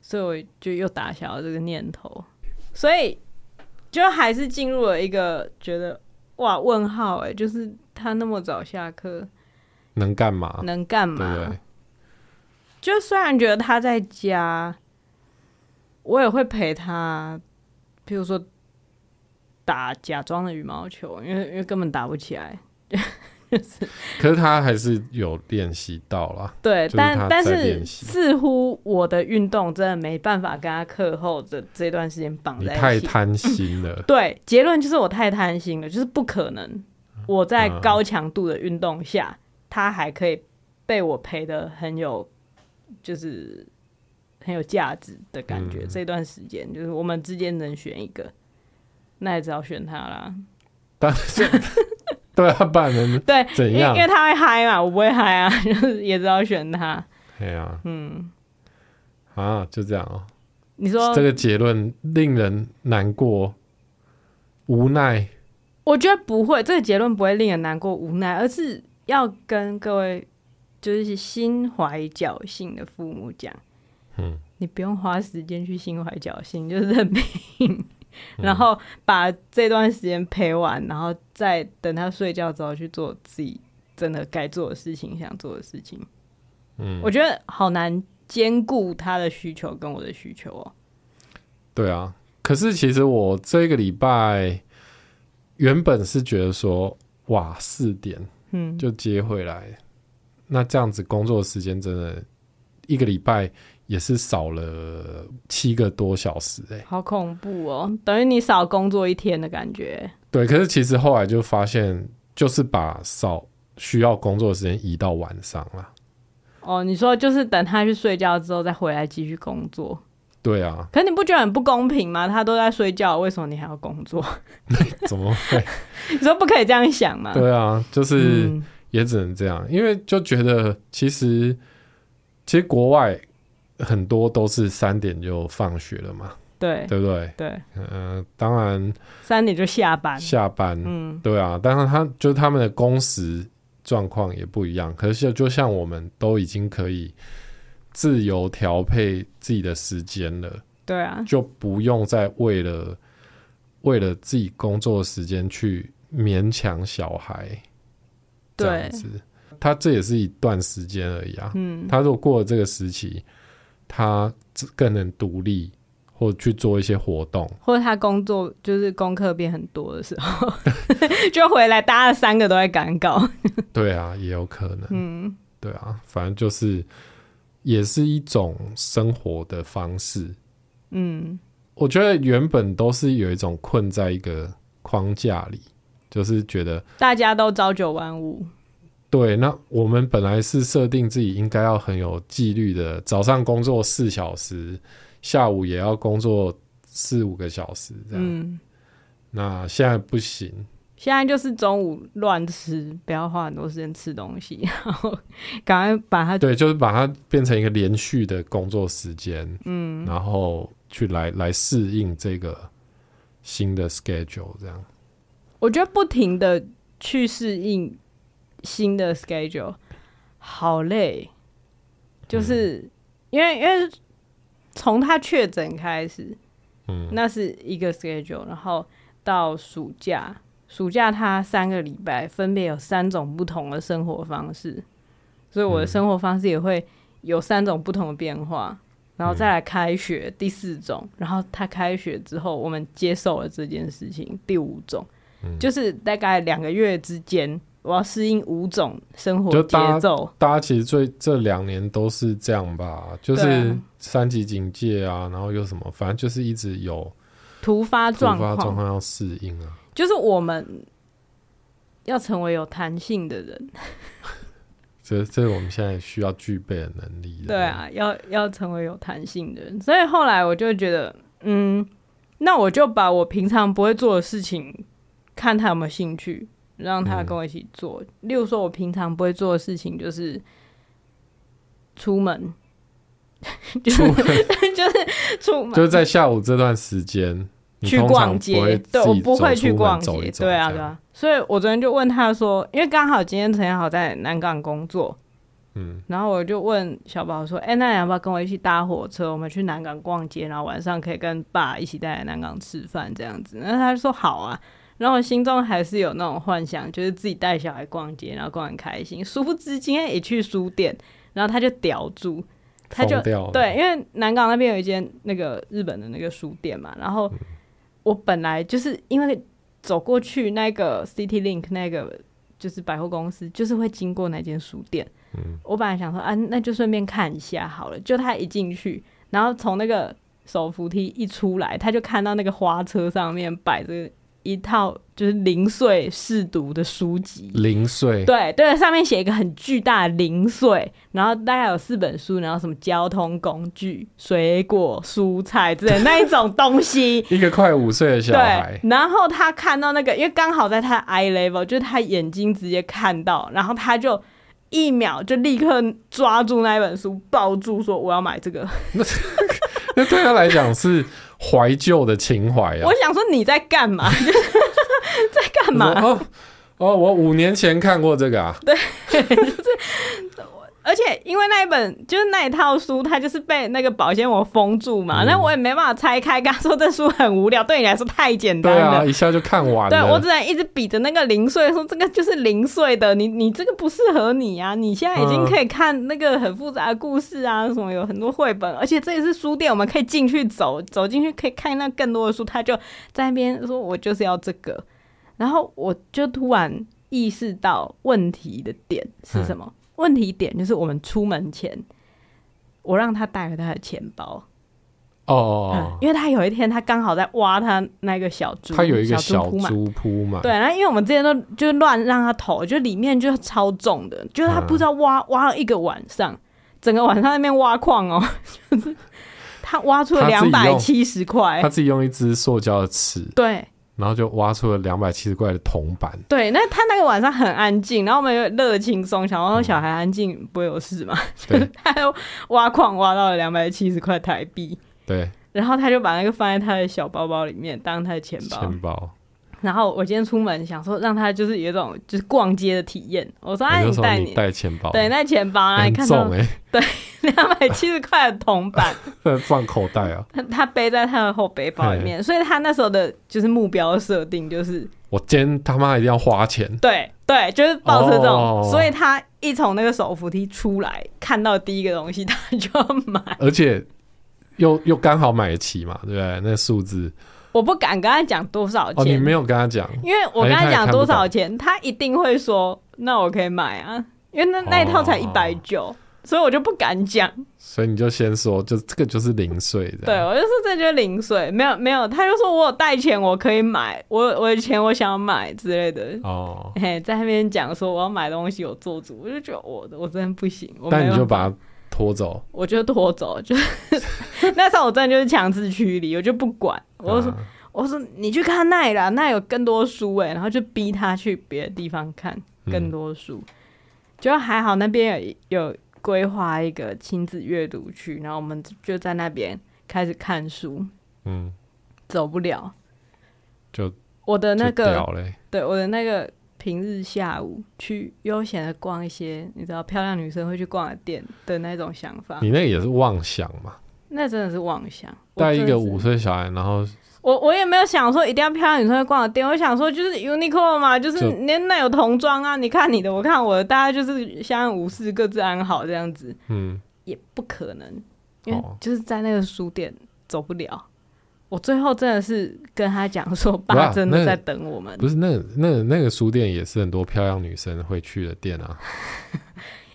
Speaker 1: 所以我就又打消了这个念头，所以就还是进入了一个觉得哇问号哎、就是他那么早下课。
Speaker 2: 能干嘛？
Speaker 1: 能干
Speaker 2: 对不对
Speaker 1: 嘛？？就虽然觉得他在家，我也会陪他，譬如说打假装的羽毛球，因为因为根本打不起来。
Speaker 2: 可是他还是有练习到 啦，
Speaker 1: 对，
Speaker 2: 就是他
Speaker 1: 但
Speaker 2: 在
Speaker 1: 但
Speaker 2: 练
Speaker 1: 是
Speaker 2: 习
Speaker 1: 似乎我的运动真的没办法跟他课后的这段时间绑
Speaker 2: 你
Speaker 1: 在
Speaker 2: 太
Speaker 1: 一起。。
Speaker 2: 贪心了
Speaker 1: 对，结论就是我太贪心了，就是不可能。我在
Speaker 2: 嗯
Speaker 1: 高强度的运动下，他还可以被我陪的很有，就是很有价值的感
Speaker 2: 嗯
Speaker 1: 觉。这段时间就是我们之间能选一个，那也只好选他啦。
Speaker 2: 但是对啊，不然能
Speaker 1: 对，
Speaker 2: 怎
Speaker 1: 因为
Speaker 2: 样
Speaker 1: 因为他会嗨嘛，我不会嗨啊， 就是也只好选他。
Speaker 2: 哎呀
Speaker 1: 嗯，
Speaker 2: 啊，就这样哦、
Speaker 1: 你说
Speaker 2: 这个结论令人难过、无奈。
Speaker 1: 我觉得不会，这个结论不会令人难过无奈，而是要跟各位就是心怀侥幸的父母讲，
Speaker 2: 嗯，
Speaker 1: 你不用花时间去心怀侥幸，就是认
Speaker 2: 嗯
Speaker 1: 命， 然后把这段时间陪完，然后再等他睡觉之后去做自己真的该做的事情、想做的事情。
Speaker 2: 嗯，
Speaker 1: 我觉得好难兼顾他的需求跟我的需求哦。
Speaker 2: 对啊，可是其实我这个礼拜原本是觉得说，哇，四点
Speaker 1: 嗯，
Speaker 2: 就接回来，那这样子工作时间真的一个礼拜也是少了七个多小时哎、
Speaker 1: 好恐怖哦，等于你少工作一天的感觉。
Speaker 2: 对，可是其实后来就发现，就是把少需要工作的时间移到晚上了。
Speaker 1: 哦，你说就是等他去睡觉之后再回来继续工作，
Speaker 2: 对啊，
Speaker 1: 可是你不觉得很不公平吗？他都在睡觉，为什么你还要工作？
Speaker 2: 怎么会？
Speaker 1: 你说不可以这样想吗？
Speaker 2: 对啊，就是。
Speaker 1: 嗯，
Speaker 2: 也只能这样，因为就觉得其实其实国外很多都是三点就放学了嘛，
Speaker 1: 对
Speaker 2: 对不对？
Speaker 1: 对，
Speaker 2: 嗯、当然
Speaker 1: 三点就下班。
Speaker 2: 下班，
Speaker 1: 嗯，
Speaker 2: 对啊，当然他就是他们的工时状况也不一样，可是就像我们都已经可以自由调配自己的时间了，
Speaker 1: 对啊，
Speaker 2: 就不用再为了为了自己工作的时间去勉强小孩这
Speaker 1: 对
Speaker 2: 样，子。他这也是一段时间而已啊。
Speaker 1: 嗯，
Speaker 2: 他如果过了这个时期，他更能独立或去做一些活动。
Speaker 1: 或者他工作就是功课变很多的时候， 就回来，大家三个都在赶稿。
Speaker 2: 对啊，也有可能。
Speaker 1: 嗯，
Speaker 2: 对啊，反正就是也是一种生活的方式。
Speaker 1: 嗯，
Speaker 2: 我觉得原本都是有一种困在一个框架里，就是觉得
Speaker 1: 大家都朝九晚五。
Speaker 2: 对，那我们本来是设定自己应该要很有纪律的，早上工作四小时，下午也要工作四五个小时这样。
Speaker 1: 嗯，
Speaker 2: 那现在不行，
Speaker 1: 现在就是中午乱吃，不要花很多时间吃东西，然后赶快把它
Speaker 2: 对，就是把它变成一个连续的工作时间，嗯，然后去来来适应这个新的 schedule 这样。
Speaker 1: 我觉得不停的去适应新的 schedule，好累，就是、
Speaker 2: 嗯
Speaker 1: 因为因为从他确诊开始，
Speaker 2: 嗯，
Speaker 1: 那是一个 schedule，然后到暑假，暑假他三个礼拜分别有三种不同的生活方式，所以我的
Speaker 2: 嗯
Speaker 1: 生活方式也会有三种不同的变化，然后再来开学第四种，然后他开学之后，我们接受了这件事情第五种，
Speaker 2: 嗯
Speaker 1: 就是大概两个月之间，我要适应五种生活
Speaker 2: 就大
Speaker 1: 节奏，
Speaker 2: 大家其实最这两年都是这样吧，就
Speaker 1: 对
Speaker 2: 是
Speaker 1: 啊
Speaker 2: 三级警戒啊，然后又什么，反正就是一直有
Speaker 1: 突发
Speaker 2: 突
Speaker 1: 状
Speaker 2: 发状
Speaker 1: 况，
Speaker 2: 况要适应啊。
Speaker 1: 就是我们要成为有弹性的人。
Speaker 2: 这这是我们现在需要具备的能力。
Speaker 1: 对，啊，要要成为有弹性的人。所以后来我就觉得，嗯，那我就把我平常不会做的事情，看他有没有兴趣，让他跟我一起做。例如说，我平常不会做的事情就是出门， 就是
Speaker 2: 出
Speaker 1: 就是出门，
Speaker 2: 就是在下午这段时间，你
Speaker 1: 去
Speaker 2: 通常
Speaker 1: 逛
Speaker 2: 不会
Speaker 1: 街，
Speaker 2: 自己
Speaker 1: 对我不
Speaker 2: 走
Speaker 1: 会
Speaker 2: 出
Speaker 1: 去
Speaker 2: 门
Speaker 1: 逛街，
Speaker 2: 走一走
Speaker 1: 对啊
Speaker 2: 这
Speaker 1: 对
Speaker 2: 样
Speaker 1: 啊，所以我昨天就问他说，因为刚好今天陈彦豪在南港工作，
Speaker 2: 嗯，
Speaker 1: 然后我就问小宝说，哎、那你要不要跟我一起搭火车，我们去南港逛街，然后晚上可以跟爸一起在南港吃饭这样子，那他就说好啊。然后我心中还是有那种幻想，就是自己带小孩逛街，然后逛得很开心。殊不知今天也去书店，然后他就叼住，他就
Speaker 2: 疯掉了
Speaker 1: 对，因为南港那边有一间那个日本的那个书店嘛，然后我本来就是因为走过去那个 City Link 那个就是百货公司，就是会经过那间书店，我本来想说啊，那就顺便看一下好了。就他一进去，然后从那个手扶梯一出来，他就看到那个花车上面摆着一一套就是零碎试读的书籍。
Speaker 2: 零碎，
Speaker 1: 对对，上面写一个很巨大的零碎，然后大概有四本书，然后什么交通工具、水果、蔬菜之类的那一种东
Speaker 2: 。
Speaker 1: 西
Speaker 2: 一个快五岁的小
Speaker 1: 对
Speaker 2: 孩，，
Speaker 1: 然后他看到那个，因为刚好在他的 eye level，就是他眼睛直接看到，然后他就一秒就立刻抓住那一本书，抱住说我要买这个。
Speaker 2: 那对他来讲是怀旧的情怀啊
Speaker 1: 我。想说你在干嘛？ 就是在干嘛？
Speaker 2: 我说哦哦，我五年前看过这个啊，
Speaker 1: 而且因为那一本就是那一套书，它就是被那个保鲜膜封住嘛，
Speaker 2: 嗯
Speaker 1: 那我也没办法拆开。刚说这书很无聊，对你来说太简单
Speaker 2: 对
Speaker 1: 了。
Speaker 2: 啊，一下就看完
Speaker 1: 对我
Speaker 2: 了
Speaker 1: 只。能一直比着那个零碎说，这个就是零碎的，你你这个不适合你啊！你现在已经
Speaker 2: 嗯
Speaker 1: 可以看那个很复杂的故事啊，什么有很多绘本，而且这也是书店，我们可以进去走，走进去可以看到更多的书。他就在那边说，我就是要这个，然后我就突然意识到问题的点是什么？
Speaker 2: 嗯
Speaker 1: 问题点就是我们出门前，我让他带了他的钱包。
Speaker 2: 哦
Speaker 1: 嗯
Speaker 2: 哦，
Speaker 1: 因为他有一天他刚好在挖他那个小
Speaker 2: 哦
Speaker 1: 猪，
Speaker 2: 他有一个
Speaker 1: 嗯小
Speaker 2: 小
Speaker 1: 铺满
Speaker 2: 猪铺嘛，
Speaker 1: 对，然后因为我们之前都就乱让他投，就里面就超重的，就是他不知道挖、挖了一个晚上，整个晚上在那边挖矿哦， 就是他挖出了
Speaker 2: 他自
Speaker 1: 两
Speaker 2: 己
Speaker 1: 百
Speaker 2: 用
Speaker 1: 七十块
Speaker 2: 他，自己用一只塑胶的尺，
Speaker 1: 对
Speaker 2: 然后就挖出了两百七十块的铜板。
Speaker 1: 对，那他那个晚上很安静，然后我们有点乐轻松，想说哦小孩安静不会有事嘛，
Speaker 2: 对
Speaker 1: 就是 他又挖矿挖到了两百七十块台币，
Speaker 2: 对，
Speaker 1: 然后他就把那个放在他的小包包里面当他的钱包，
Speaker 2: 钱包，
Speaker 1: 然后我今天出门想说让他就是有一种就是逛街的体验，我说哎、
Speaker 2: 我就
Speaker 1: 你
Speaker 2: 说
Speaker 1: 带
Speaker 2: 你
Speaker 1: 你。
Speaker 2: 带钱包，
Speaker 1: 对，那钱包啊，你
Speaker 2: 很
Speaker 1: 看到
Speaker 2: 重哎，
Speaker 1: 两百七十块的铜板，
Speaker 2: 放口袋啊，
Speaker 1: 他他背在他的后背包里
Speaker 2: 嗯
Speaker 1: 面，所以他那时候的就是目标设定就是
Speaker 2: 我今天他妈一定要花钱。
Speaker 1: 对对，就是抱着这种，
Speaker 2: 哦
Speaker 1: 所以他一从那个手扶梯出来，看到第一个东西他就要买。
Speaker 2: 而且又又刚好买得起嘛，对不对？那数字
Speaker 1: 我不敢跟他讲多少
Speaker 2: 哦，你
Speaker 1: 钱，
Speaker 2: 没有跟他讲，
Speaker 1: 因为我跟他讲多少钱，他一定会说那我可以买啊，因为那
Speaker 2: 哦
Speaker 1: 那一套才一百九。所以我就不敢讲，
Speaker 2: 所以你就先说，就这个就是零碎的。
Speaker 1: 对我就说这就是零碎，没有没有，他就说我有带钱，我可以买，我我的钱我想买之类的，
Speaker 2: 哦，
Speaker 1: 嘿，在那边讲说我要买东西，我做主，我就觉得我我真的不行，我没
Speaker 2: 但你就
Speaker 1: 办法
Speaker 2: 把他拖走，
Speaker 1: 我就拖走，就是 那时候我真的就是强制驱离，我就不管，我就说、
Speaker 2: 啊
Speaker 1: 我说你去看奈啦，奈有更多书哎，然后就逼他去别的地方看
Speaker 2: 嗯
Speaker 1: 更多书，就还好那边有一有规划一个亲子阅读区，然后我们就在那边开始看书，
Speaker 2: 嗯，
Speaker 1: 走不了，
Speaker 2: 就
Speaker 1: 我的那
Speaker 2: 就
Speaker 1: 个
Speaker 2: 掉嘞，
Speaker 1: 对，我的那个平日下午去悠闲的逛一些你知道漂亮女生会去逛的店的那种想法，
Speaker 2: 你那个也是妄想嘛，
Speaker 1: 那真的是妄想。我
Speaker 2: 带一
Speaker 1: 真
Speaker 2: 个
Speaker 1: 的是
Speaker 2: 五，岁小孩，然后
Speaker 1: 我我也没有想说一定要漂亮女生会逛的店，我想说就是 Uniqlo 嘛，就是
Speaker 2: 就
Speaker 1: 那那有童装啊，你看你的，我看我的，大家就是相安无事，各自安好这样子，
Speaker 2: 嗯，
Speaker 1: 也不可能，因为
Speaker 2: 哦
Speaker 1: 就是在那个书店走不了。我最后真的是跟他讲说，
Speaker 2: 不
Speaker 1: 爸
Speaker 2: 啊
Speaker 1: 真的
Speaker 2: 那
Speaker 1: 在等我们，
Speaker 2: 不是那那那个书店也是很多漂亮女生会去的店啊，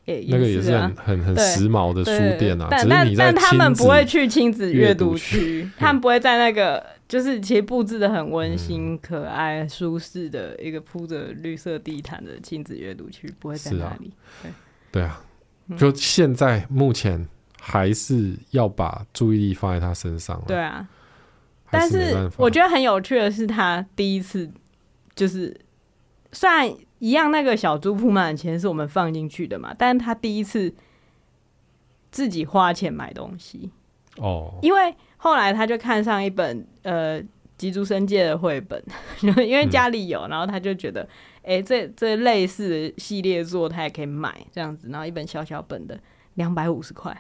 Speaker 1: 也
Speaker 2: 那个也
Speaker 1: 是
Speaker 2: 是
Speaker 1: 啊
Speaker 2: 很很很
Speaker 1: 对
Speaker 2: 时髦的
Speaker 1: 对
Speaker 2: 书店啊，
Speaker 1: 但
Speaker 2: 只是
Speaker 1: 但
Speaker 2: 你在
Speaker 1: 但他们
Speaker 2: 亲子
Speaker 1: 不会去亲子阅
Speaker 2: 阅读
Speaker 1: 读 区，他们不会在那个就是其实布置的很
Speaker 2: 嗯
Speaker 1: 温馨、可爱、舒适的一个铺着绿色地毯的亲子阅读区，不会在
Speaker 2: 是
Speaker 1: 那
Speaker 2: 啊
Speaker 1: 里。
Speaker 2: 对啊，
Speaker 1: 嗯
Speaker 2: 就现在目前还是要把注意力放在他身上了。
Speaker 1: 对啊，
Speaker 2: 还
Speaker 1: 但
Speaker 2: 没
Speaker 1: 是
Speaker 2: 办法
Speaker 1: 我觉得很有趣的是，他第一次就是虽然一样那个小猪铺满的钱是我们放进去的嘛，但是他第一次自己花钱买东西。
Speaker 2: 哦，
Speaker 1: 因为后来他就看上一本呃吉竹伸介的绘本， 然后因为家里有，然后他就觉得，哎、这这类似的系列作他也可以买这样子，然后一本小小本的两百五十块，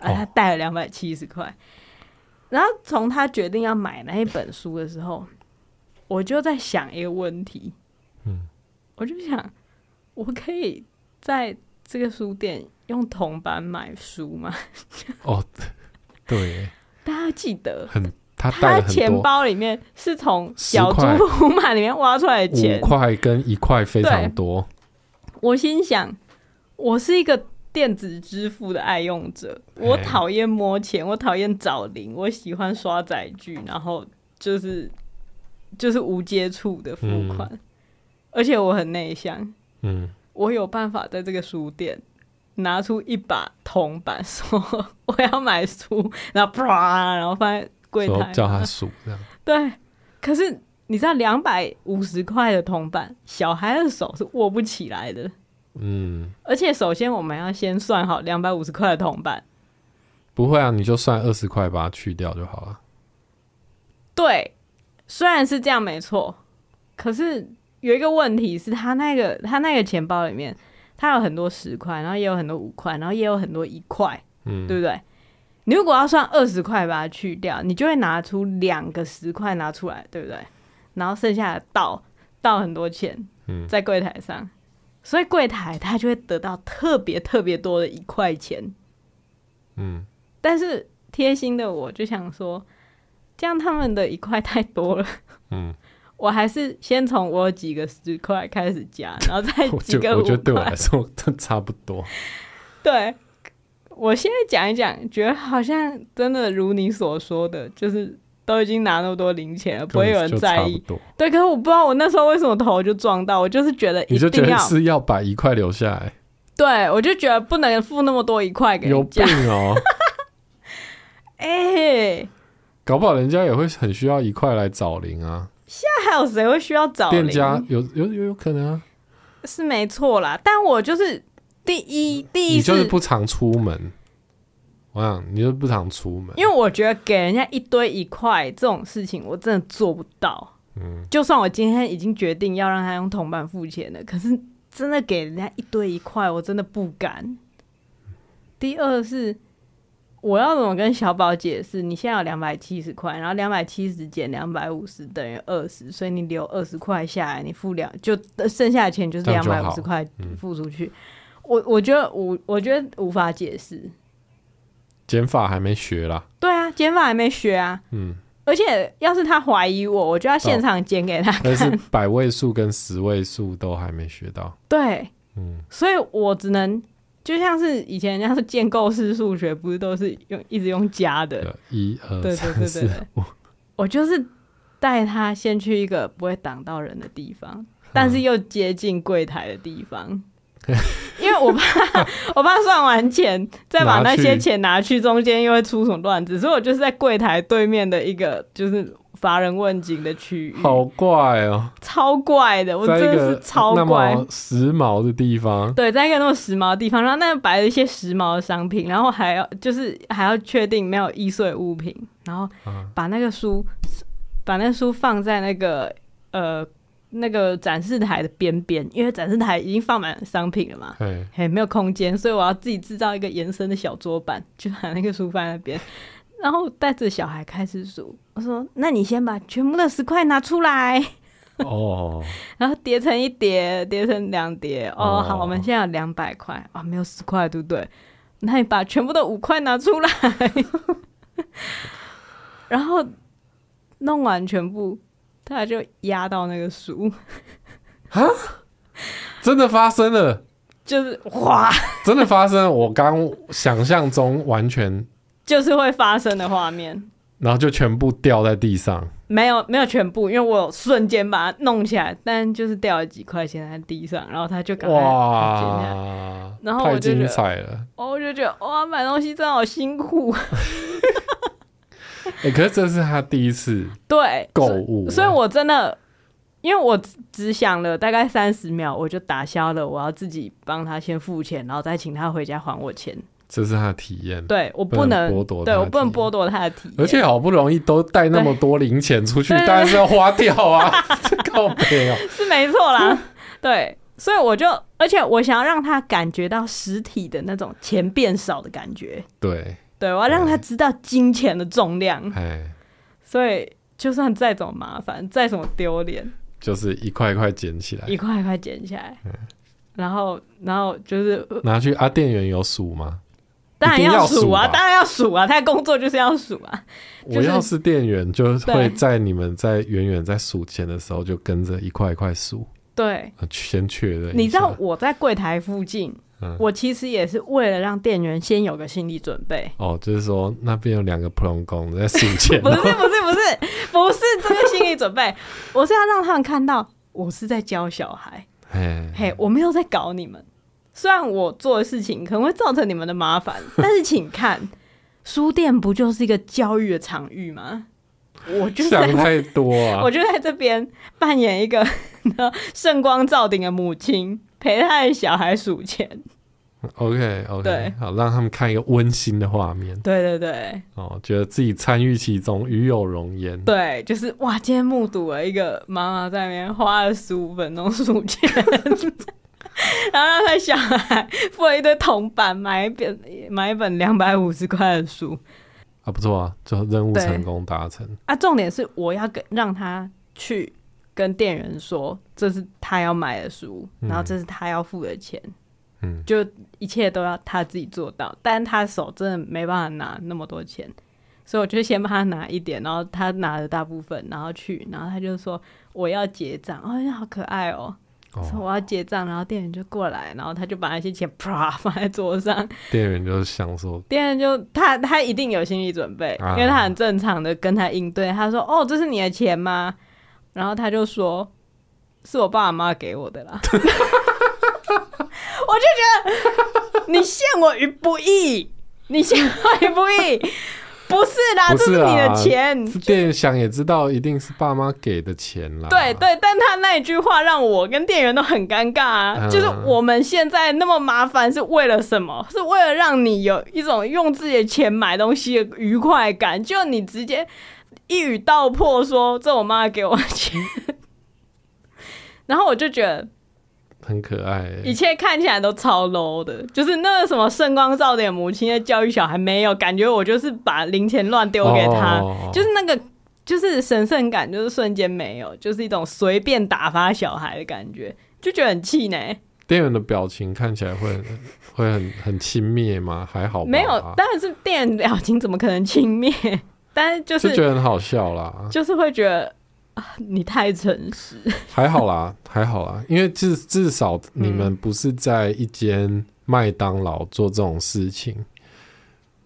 Speaker 1: 啊，
Speaker 2: 哦
Speaker 1: 他带了两百七十块。然后从他决定要买那一本书的时候，我就在想一个问题，
Speaker 2: 嗯，
Speaker 1: 我就想，我可以在这个书店用铜板买书吗？
Speaker 2: 哦，对，
Speaker 1: 大家记得，
Speaker 2: 很他带
Speaker 1: 他
Speaker 2: 了很
Speaker 1: 钱
Speaker 2: 多
Speaker 1: 包里面是从
Speaker 2: 10
Speaker 1: 小猪
Speaker 2: 块
Speaker 1: 胡马里面挖出来的
Speaker 2: 五
Speaker 1: 钱。
Speaker 2: 块跟一块非常多，
Speaker 1: 我心想，我是一个电子支付的爱用者，我
Speaker 2: 哎
Speaker 1: 讨厌摸钱，我讨厌找零，我喜欢刷载具，然后就是就是无接触的付款，而且我很内向，
Speaker 2: 嗯，
Speaker 1: 我有办法在这个书店拿出一把铜板，说 我要买书，然后啪，然后放在柜
Speaker 2: 说
Speaker 1: 台，
Speaker 2: 叫他数这样，
Speaker 1: 对，可是你知道两百五十块的铜板，小孩的手是握不起来的。
Speaker 2: 嗯，
Speaker 1: 而且首先我们要先算好两百五十块的铜板，
Speaker 2: 不会啊，你就算二十块把它去掉就好了。
Speaker 1: 对，虽然是这样没错，可是有一个问题是他那个他那个钱包里面，他有很多十块，然后也有很多五块，然后也有很多一块，
Speaker 2: 嗯
Speaker 1: 对不对？你如果要算二十块把它去掉，你就会拿出两个十块拿出来，对不对？然后剩下的倒倒很多钱
Speaker 2: 嗯
Speaker 1: 在柜台上，所以柜台他就会得到特别特别多的一块钱。
Speaker 2: 嗯，
Speaker 1: 但是贴心的我就想说，这样他们的一块太多了，
Speaker 2: 嗯，
Speaker 1: 我还是先从我有几个十块开始加，然后再
Speaker 2: 我
Speaker 1: 哎几
Speaker 2: 觉
Speaker 1: 个
Speaker 2: 我
Speaker 1: 五
Speaker 2: 觉得对我
Speaker 1: 块
Speaker 2: 来。说真差不多。
Speaker 1: 对，我现在讲一讲，觉得好像真的如你所说的，就是都已经拿那么多零钱了，不会有人
Speaker 2: 就
Speaker 1: 在
Speaker 2: 差不
Speaker 1: 意。
Speaker 2: 多，
Speaker 1: 对，可是我不知道我那时候为什么头就撞到，我就是觉得一
Speaker 2: 你就觉
Speaker 1: 定
Speaker 2: 得
Speaker 1: 要，
Speaker 2: 是要把一块留下来，
Speaker 1: 对我就觉得不能付那么多一块给
Speaker 2: 有
Speaker 1: 人
Speaker 2: 病
Speaker 1: 家。
Speaker 2: 哦！
Speaker 1: 哎、
Speaker 2: 搞不好人家也会很需要一块来找零啊。
Speaker 1: 那还有谁会需要找
Speaker 2: 店
Speaker 1: 零
Speaker 2: 家有有有有可能啊，
Speaker 1: 是没错啦，但我就是第一第一
Speaker 2: 你
Speaker 1: 是，
Speaker 2: 就是不常出门。我想你就是不常出门，
Speaker 1: 因为我觉得给人家一堆一块这种事情，我真的做不到。嗯，就算我今天已经决定要让他用铜板付钱了，可是真的给人家一堆一块，我真的不敢。第二是，我要怎么跟小宝解释？你现在有两百七十块，然后两百七十减两百五十等于二十，所以你留二十块下来，你付两就剩下的钱就是
Speaker 2: 这样
Speaker 1: 两百
Speaker 2: 就好嗯
Speaker 1: 五十块付出去。我我觉得我我觉得无法解释。
Speaker 2: 减法还没学啦。
Speaker 1: 对啊，减法还没学啊。
Speaker 2: 嗯，
Speaker 1: 而且要是他怀疑我，我就要现场剪给他看。
Speaker 2: 但是百位数跟十位数都还没学到。
Speaker 1: 对，
Speaker 2: 嗯，
Speaker 1: 所以我只能就像是以前人家说建构式数学，不是都是用一直用加的？
Speaker 2: 对，一
Speaker 1: 对
Speaker 2: 二
Speaker 1: 对对嗯
Speaker 2: 三
Speaker 1: 对
Speaker 2: 四
Speaker 1: 对，我就是带他先去一个不会挡到人的地 方，但是又接近柜台的地方。 因为我怕， 我怕算完钱再把那
Speaker 2: 拿
Speaker 1: 些
Speaker 2: 去
Speaker 1: 钱拿去，中间又会出什么乱子，所以我就是在柜台对面的一个就是乏人问津的区域。
Speaker 2: 好怪哦、
Speaker 1: 超怪的，我
Speaker 2: 在
Speaker 1: 真
Speaker 2: 一
Speaker 1: 的是
Speaker 2: 个
Speaker 1: 超
Speaker 2: 那
Speaker 1: 怪。
Speaker 2: 么时髦的地方，
Speaker 1: 对，在一个那么时髦的地方，然后那摆了一些时髦的商品，然后还要就是还要确定没有易碎物品，然后
Speaker 2: 啊
Speaker 1: 把那个书把那个书放在那个呃那个展示台的边边，因为展示台已经放满商品了嘛，
Speaker 2: 哎，
Speaker 1: 嘿，没有空间，所以我要自己制造一个延伸的小桌板，就把那个书放在那边，然后带着小孩开始数。我说：“那你先把全部的十块拿出来。”
Speaker 2: 哦，
Speaker 1: 然后叠成一叠，叠成两叠。哦，
Speaker 2: 哦
Speaker 1: 好，我们现在有两百块啊、没有十块，对不对？那你把全部的五块拿出来， 然后弄完全部，他就压到那个书，
Speaker 2: 真的发生了，
Speaker 1: 就是哇，
Speaker 2: 真的发生了， 我刚想象中完全，
Speaker 1: 就是会发生的画面。
Speaker 2: 然后就全部掉在 地上，
Speaker 1: 没有，没有全部，因为我有瞬间把它弄起来，但就是掉了几块钱在地上，然后他就赶快捡起来。
Speaker 2: 哇，
Speaker 1: 然后我
Speaker 2: 太
Speaker 1: 就觉
Speaker 2: 精
Speaker 1: 得
Speaker 2: 彩了，
Speaker 1: 哦，我就觉得哇，买东西真的好辛苦。
Speaker 2: 哎、可是这是他第一次
Speaker 1: 对，
Speaker 2: 购物、啊
Speaker 1: 所以我真的，因为我只只想了大概三十秒，我就打消了，我要自己帮他先付钱，然后再请他回家还我钱。
Speaker 2: 这是他的体验，
Speaker 1: 对我
Speaker 2: 不能
Speaker 1: 能，
Speaker 2: 剥夺他的
Speaker 1: 对我不能
Speaker 2: 体验
Speaker 1: 剥夺他的体验。
Speaker 2: 而且好不容易都带那么多零钱出去，
Speaker 1: 对对对
Speaker 2: 当然是要花掉啊， 这告别哦。
Speaker 1: 是没错啦，对，所以我就，而且我想要让他感觉到实体的那种钱变少的感觉，
Speaker 2: 对，
Speaker 1: 对我要让他知道金钱的重量，
Speaker 2: 哎，
Speaker 1: 所以。就算再怎么麻烦，再怎么丢脸，
Speaker 2: 就是一块一块捡起来
Speaker 1: 一，块一块捡起来，然后，然后就是
Speaker 2: 拿去啊。店员有数吗？
Speaker 1: 当然
Speaker 2: 一定要数
Speaker 1: 数啊，
Speaker 2: 吧
Speaker 1: 当然要数啊，他的工作就是要数啊。就是
Speaker 2: 我要是店员，就会
Speaker 1: 对
Speaker 2: 在你们在远远在数钱的时候，就跟着一块一块数，
Speaker 1: 对，
Speaker 2: 呃先确认一下。
Speaker 1: 你知道我在柜台附近，
Speaker 2: 嗯
Speaker 1: 我其实也是为了让店员先有个心理准 备。
Speaker 2: 哦，就是说那边有两个普龙宫在数 钱
Speaker 1: 不，是不是不是不是这个心理准备， 我是要让他们看到我是在教小孩，
Speaker 2: 哎，
Speaker 1: 嘿，我没有在搞你们。虽然我做的事情可能会造成你们的麻 烦，但是请看，书店不就是一个教育的场域吗？我就是在
Speaker 2: 想太多 啊
Speaker 1: 我。就在这边扮演一个 圣光照顶的母亲，陪她的小孩数钱。
Speaker 2: OK
Speaker 1: 对
Speaker 2: OK，好，让他们看一个温馨的画面
Speaker 1: 对对对
Speaker 2: 哦，觉得自己参与其中，与有容颜。
Speaker 1: 对，就是哇，今天目睹了一个妈妈在那边花了十五分钟数钱。 然后让他小孩付了一堆铜板买一本买一本两百五十块的书
Speaker 2: 啊，不错啊，就任务
Speaker 1: 对
Speaker 2: 成功达成。
Speaker 1: 啊！重点是我要跟让他去跟店员说，这是他要买的书，然后
Speaker 2: 嗯
Speaker 1: 这是他要付的钱，
Speaker 2: 嗯，
Speaker 1: 就一切都要他自己做到，但他手真的没办法拿那么多钱，所以我就先帮他拿一点，然后他拿了大部分，然后去，然后他就说我要结账，哦，好可爱哦，说
Speaker 2: 哦，
Speaker 1: 我要结账，然后店员就过来，然后他就把那些钱啪放在桌上，
Speaker 2: 店员就是想说，
Speaker 1: 店员就他他一定有心理准备，
Speaker 2: 啊
Speaker 1: 因为他很正常的跟他应对，他说哦这是你的钱吗？然后他就说是我爸爸妈妈给我的 啦，我就觉得你陷我于不义，你陷我于不义，不是啦，
Speaker 2: 不
Speaker 1: 这
Speaker 2: 是
Speaker 1: 是你的
Speaker 2: 啦
Speaker 1: 钱。
Speaker 2: 店员想也知道，一定是爸妈给的钱啦。
Speaker 1: 对对，但他那一句话让我跟店员都很尴尬啊！
Speaker 2: 嗯
Speaker 1: 就是我们现在那么麻烦是为了什么？是为了让你有一种用自己的钱买东西的愉快感，就你直接一语道破说这我妈给我的钱， 然后我就觉得
Speaker 2: 很可爱欸、
Speaker 1: 一切看起来都超 low 的，就是那个什么圣光照点母亲的教育小孩没有，感觉我就是把零钱乱丢给他，
Speaker 2: 哦
Speaker 1: 就是那个就是神圣感，就是瞬间没有，就是一种随便打发小孩的感觉，就觉得很气馁。
Speaker 2: 店员的表情看起来会很 会很很轻蔑吗？还好吧，
Speaker 1: 没有，当然是店员表情怎么可能轻蔑？ 但是就是
Speaker 2: 就觉得很好笑啦，
Speaker 1: 就是会觉得啊，你太诚实，
Speaker 2: 还好啦，还好啦，因为至至少你们不是在一间麦当劳做这种事情，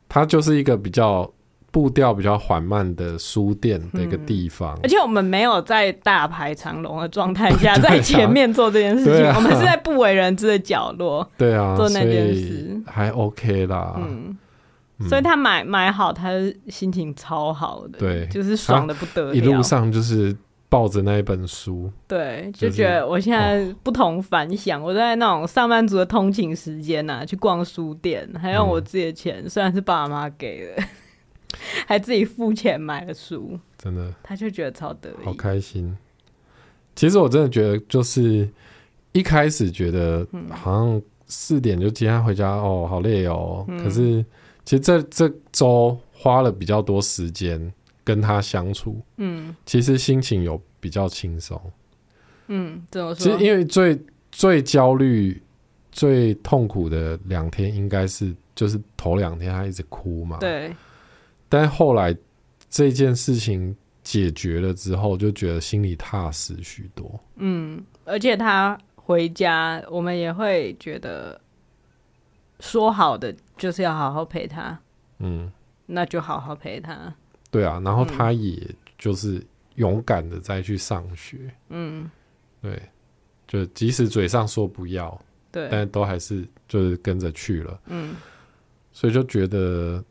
Speaker 2: 它就是一个比较步调比较缓慢的书店的一个地方。
Speaker 1: 而且我们没有在大排长龙的状态 下在前面做这件事情，
Speaker 2: 对啊
Speaker 1: 我们是在不为人知的角落。
Speaker 2: 对啊，
Speaker 1: 做那
Speaker 2: 所
Speaker 1: 件
Speaker 2: 以
Speaker 1: 事
Speaker 2: 还 OK 啦。
Speaker 1: 嗯，所以他买买好，他心情超好的，
Speaker 2: 对啊
Speaker 1: 就是爽的不得了。
Speaker 2: 一路上就是抱着那一本书，
Speaker 1: 对，
Speaker 2: 就
Speaker 1: 就
Speaker 2: 哦
Speaker 1: 是觉得我现在不同凡响。我在那种上班族的通勤时间呐、去逛书店，还用我
Speaker 2: 嗯
Speaker 1: 自己的钱，虽然是爸妈给的， 还自己付钱买了书，
Speaker 2: 真的
Speaker 1: 他就觉得超得
Speaker 2: 好
Speaker 1: 意。
Speaker 2: 开心。其实我真的觉得，就是一开始觉得好像四点就接他回家，哦，好累哦。可是其实这这周花了比较多时间跟他相处，
Speaker 1: 嗯
Speaker 2: 其实心情有比较轻松。
Speaker 1: 嗯，怎么
Speaker 2: 其
Speaker 1: 说
Speaker 2: 实？因为最最焦虑、最痛苦的两天，应该是就是头两天他一直哭嘛，
Speaker 1: 对，
Speaker 2: 但后来这件事情解决了之后，就觉得心里踏实许多。
Speaker 1: 嗯，而且他回家，我们也会觉得说好的就是要好好陪他，
Speaker 2: 嗯，
Speaker 1: 那就好好陪他。
Speaker 2: 对啊，然后他也就是勇敢的再去上学。
Speaker 1: 嗯，
Speaker 2: 对，就即使嘴上说不要，
Speaker 1: 对，
Speaker 2: 但都还是就是跟着去了，
Speaker 1: 嗯，
Speaker 2: 所以就觉得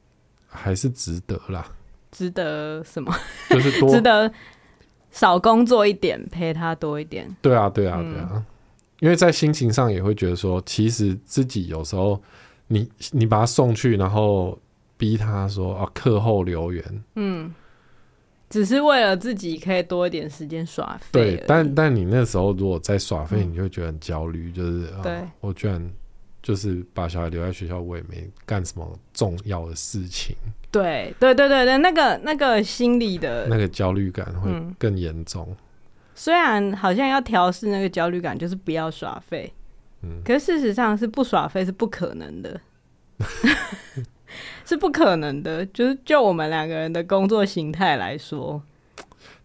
Speaker 2: 还是值得啦，
Speaker 1: 值得什么？
Speaker 2: 就是多
Speaker 1: 值得少工作一点，陪他多一点。
Speaker 2: 对啊，对啊，
Speaker 1: 嗯
Speaker 2: 对啊，因为在心情上也会觉得说，其实自己有时候你你把他送去，然后逼他说啊课后留言，
Speaker 1: 嗯，只是为了自己可以多一点时间耍废而已。
Speaker 2: 对，但但你那时候如果在耍废，
Speaker 1: 嗯
Speaker 2: 你就会觉得很焦虑，就是、啊、
Speaker 1: 对
Speaker 2: 我居然就是把小孩留在学校，我也没干什么重要的事情，
Speaker 1: 对对对对对，那个那个心理的，
Speaker 2: 那个焦虑感会
Speaker 1: 嗯
Speaker 2: 更严重。
Speaker 1: 虽然好像要调试那个焦虑感，就是不要耍废。
Speaker 2: 嗯
Speaker 1: 可是事实上是不耍废是不可能的， 是不可能的。就是就我们两个人的工作形态来说，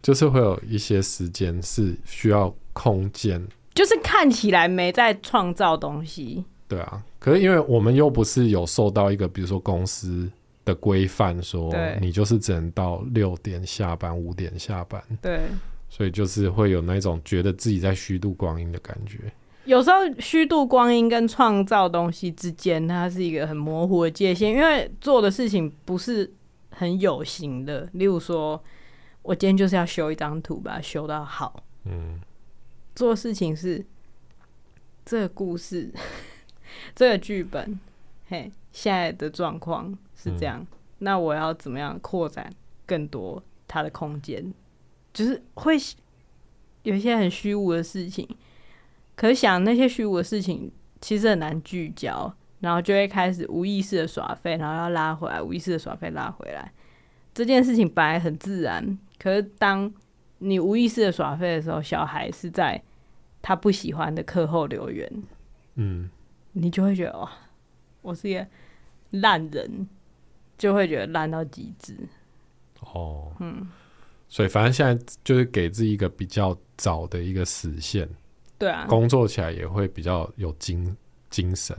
Speaker 2: 就是会有一些时间是需要空间，
Speaker 1: 就是看起来没在创造东西，
Speaker 2: 对啊，可是因为我们又不是有受到一个，比如说公司的规范，说
Speaker 1: 对
Speaker 2: 你就是只能到六点下班、五点下班，
Speaker 1: 对，
Speaker 2: 所以就是会有那种觉得自己在虚度光阴的感觉。
Speaker 1: 有时候虚度光阴跟创造东西之间，它是一个很模糊的界限，因为做的事情不是很有形的。例如说，我今天就是要修一张图，把它修到好。
Speaker 2: 嗯，
Speaker 1: 做事情是这个故事，这个剧本，嘿，现在的状况是这样，那我要怎么样扩展更多它的空间？就是会有一些很虚无的事情，可是想那些虚无的事情，其实很难聚焦，然后就会开始无意识的耍废，然后要拉回来，无意识的耍废拉回来。这件事情本来很自然，可是当你无意识的耍废的时候，小孩是在他不喜欢的课后留言，
Speaker 2: 嗯，
Speaker 1: 你就会觉得哦，我是一个烂人，就会觉得烂到极致。
Speaker 2: 哦，嗯，所以反正现在就是给自己一个比较早的一个时限，
Speaker 1: 对啊，
Speaker 2: 工作起来也会比较有精精神。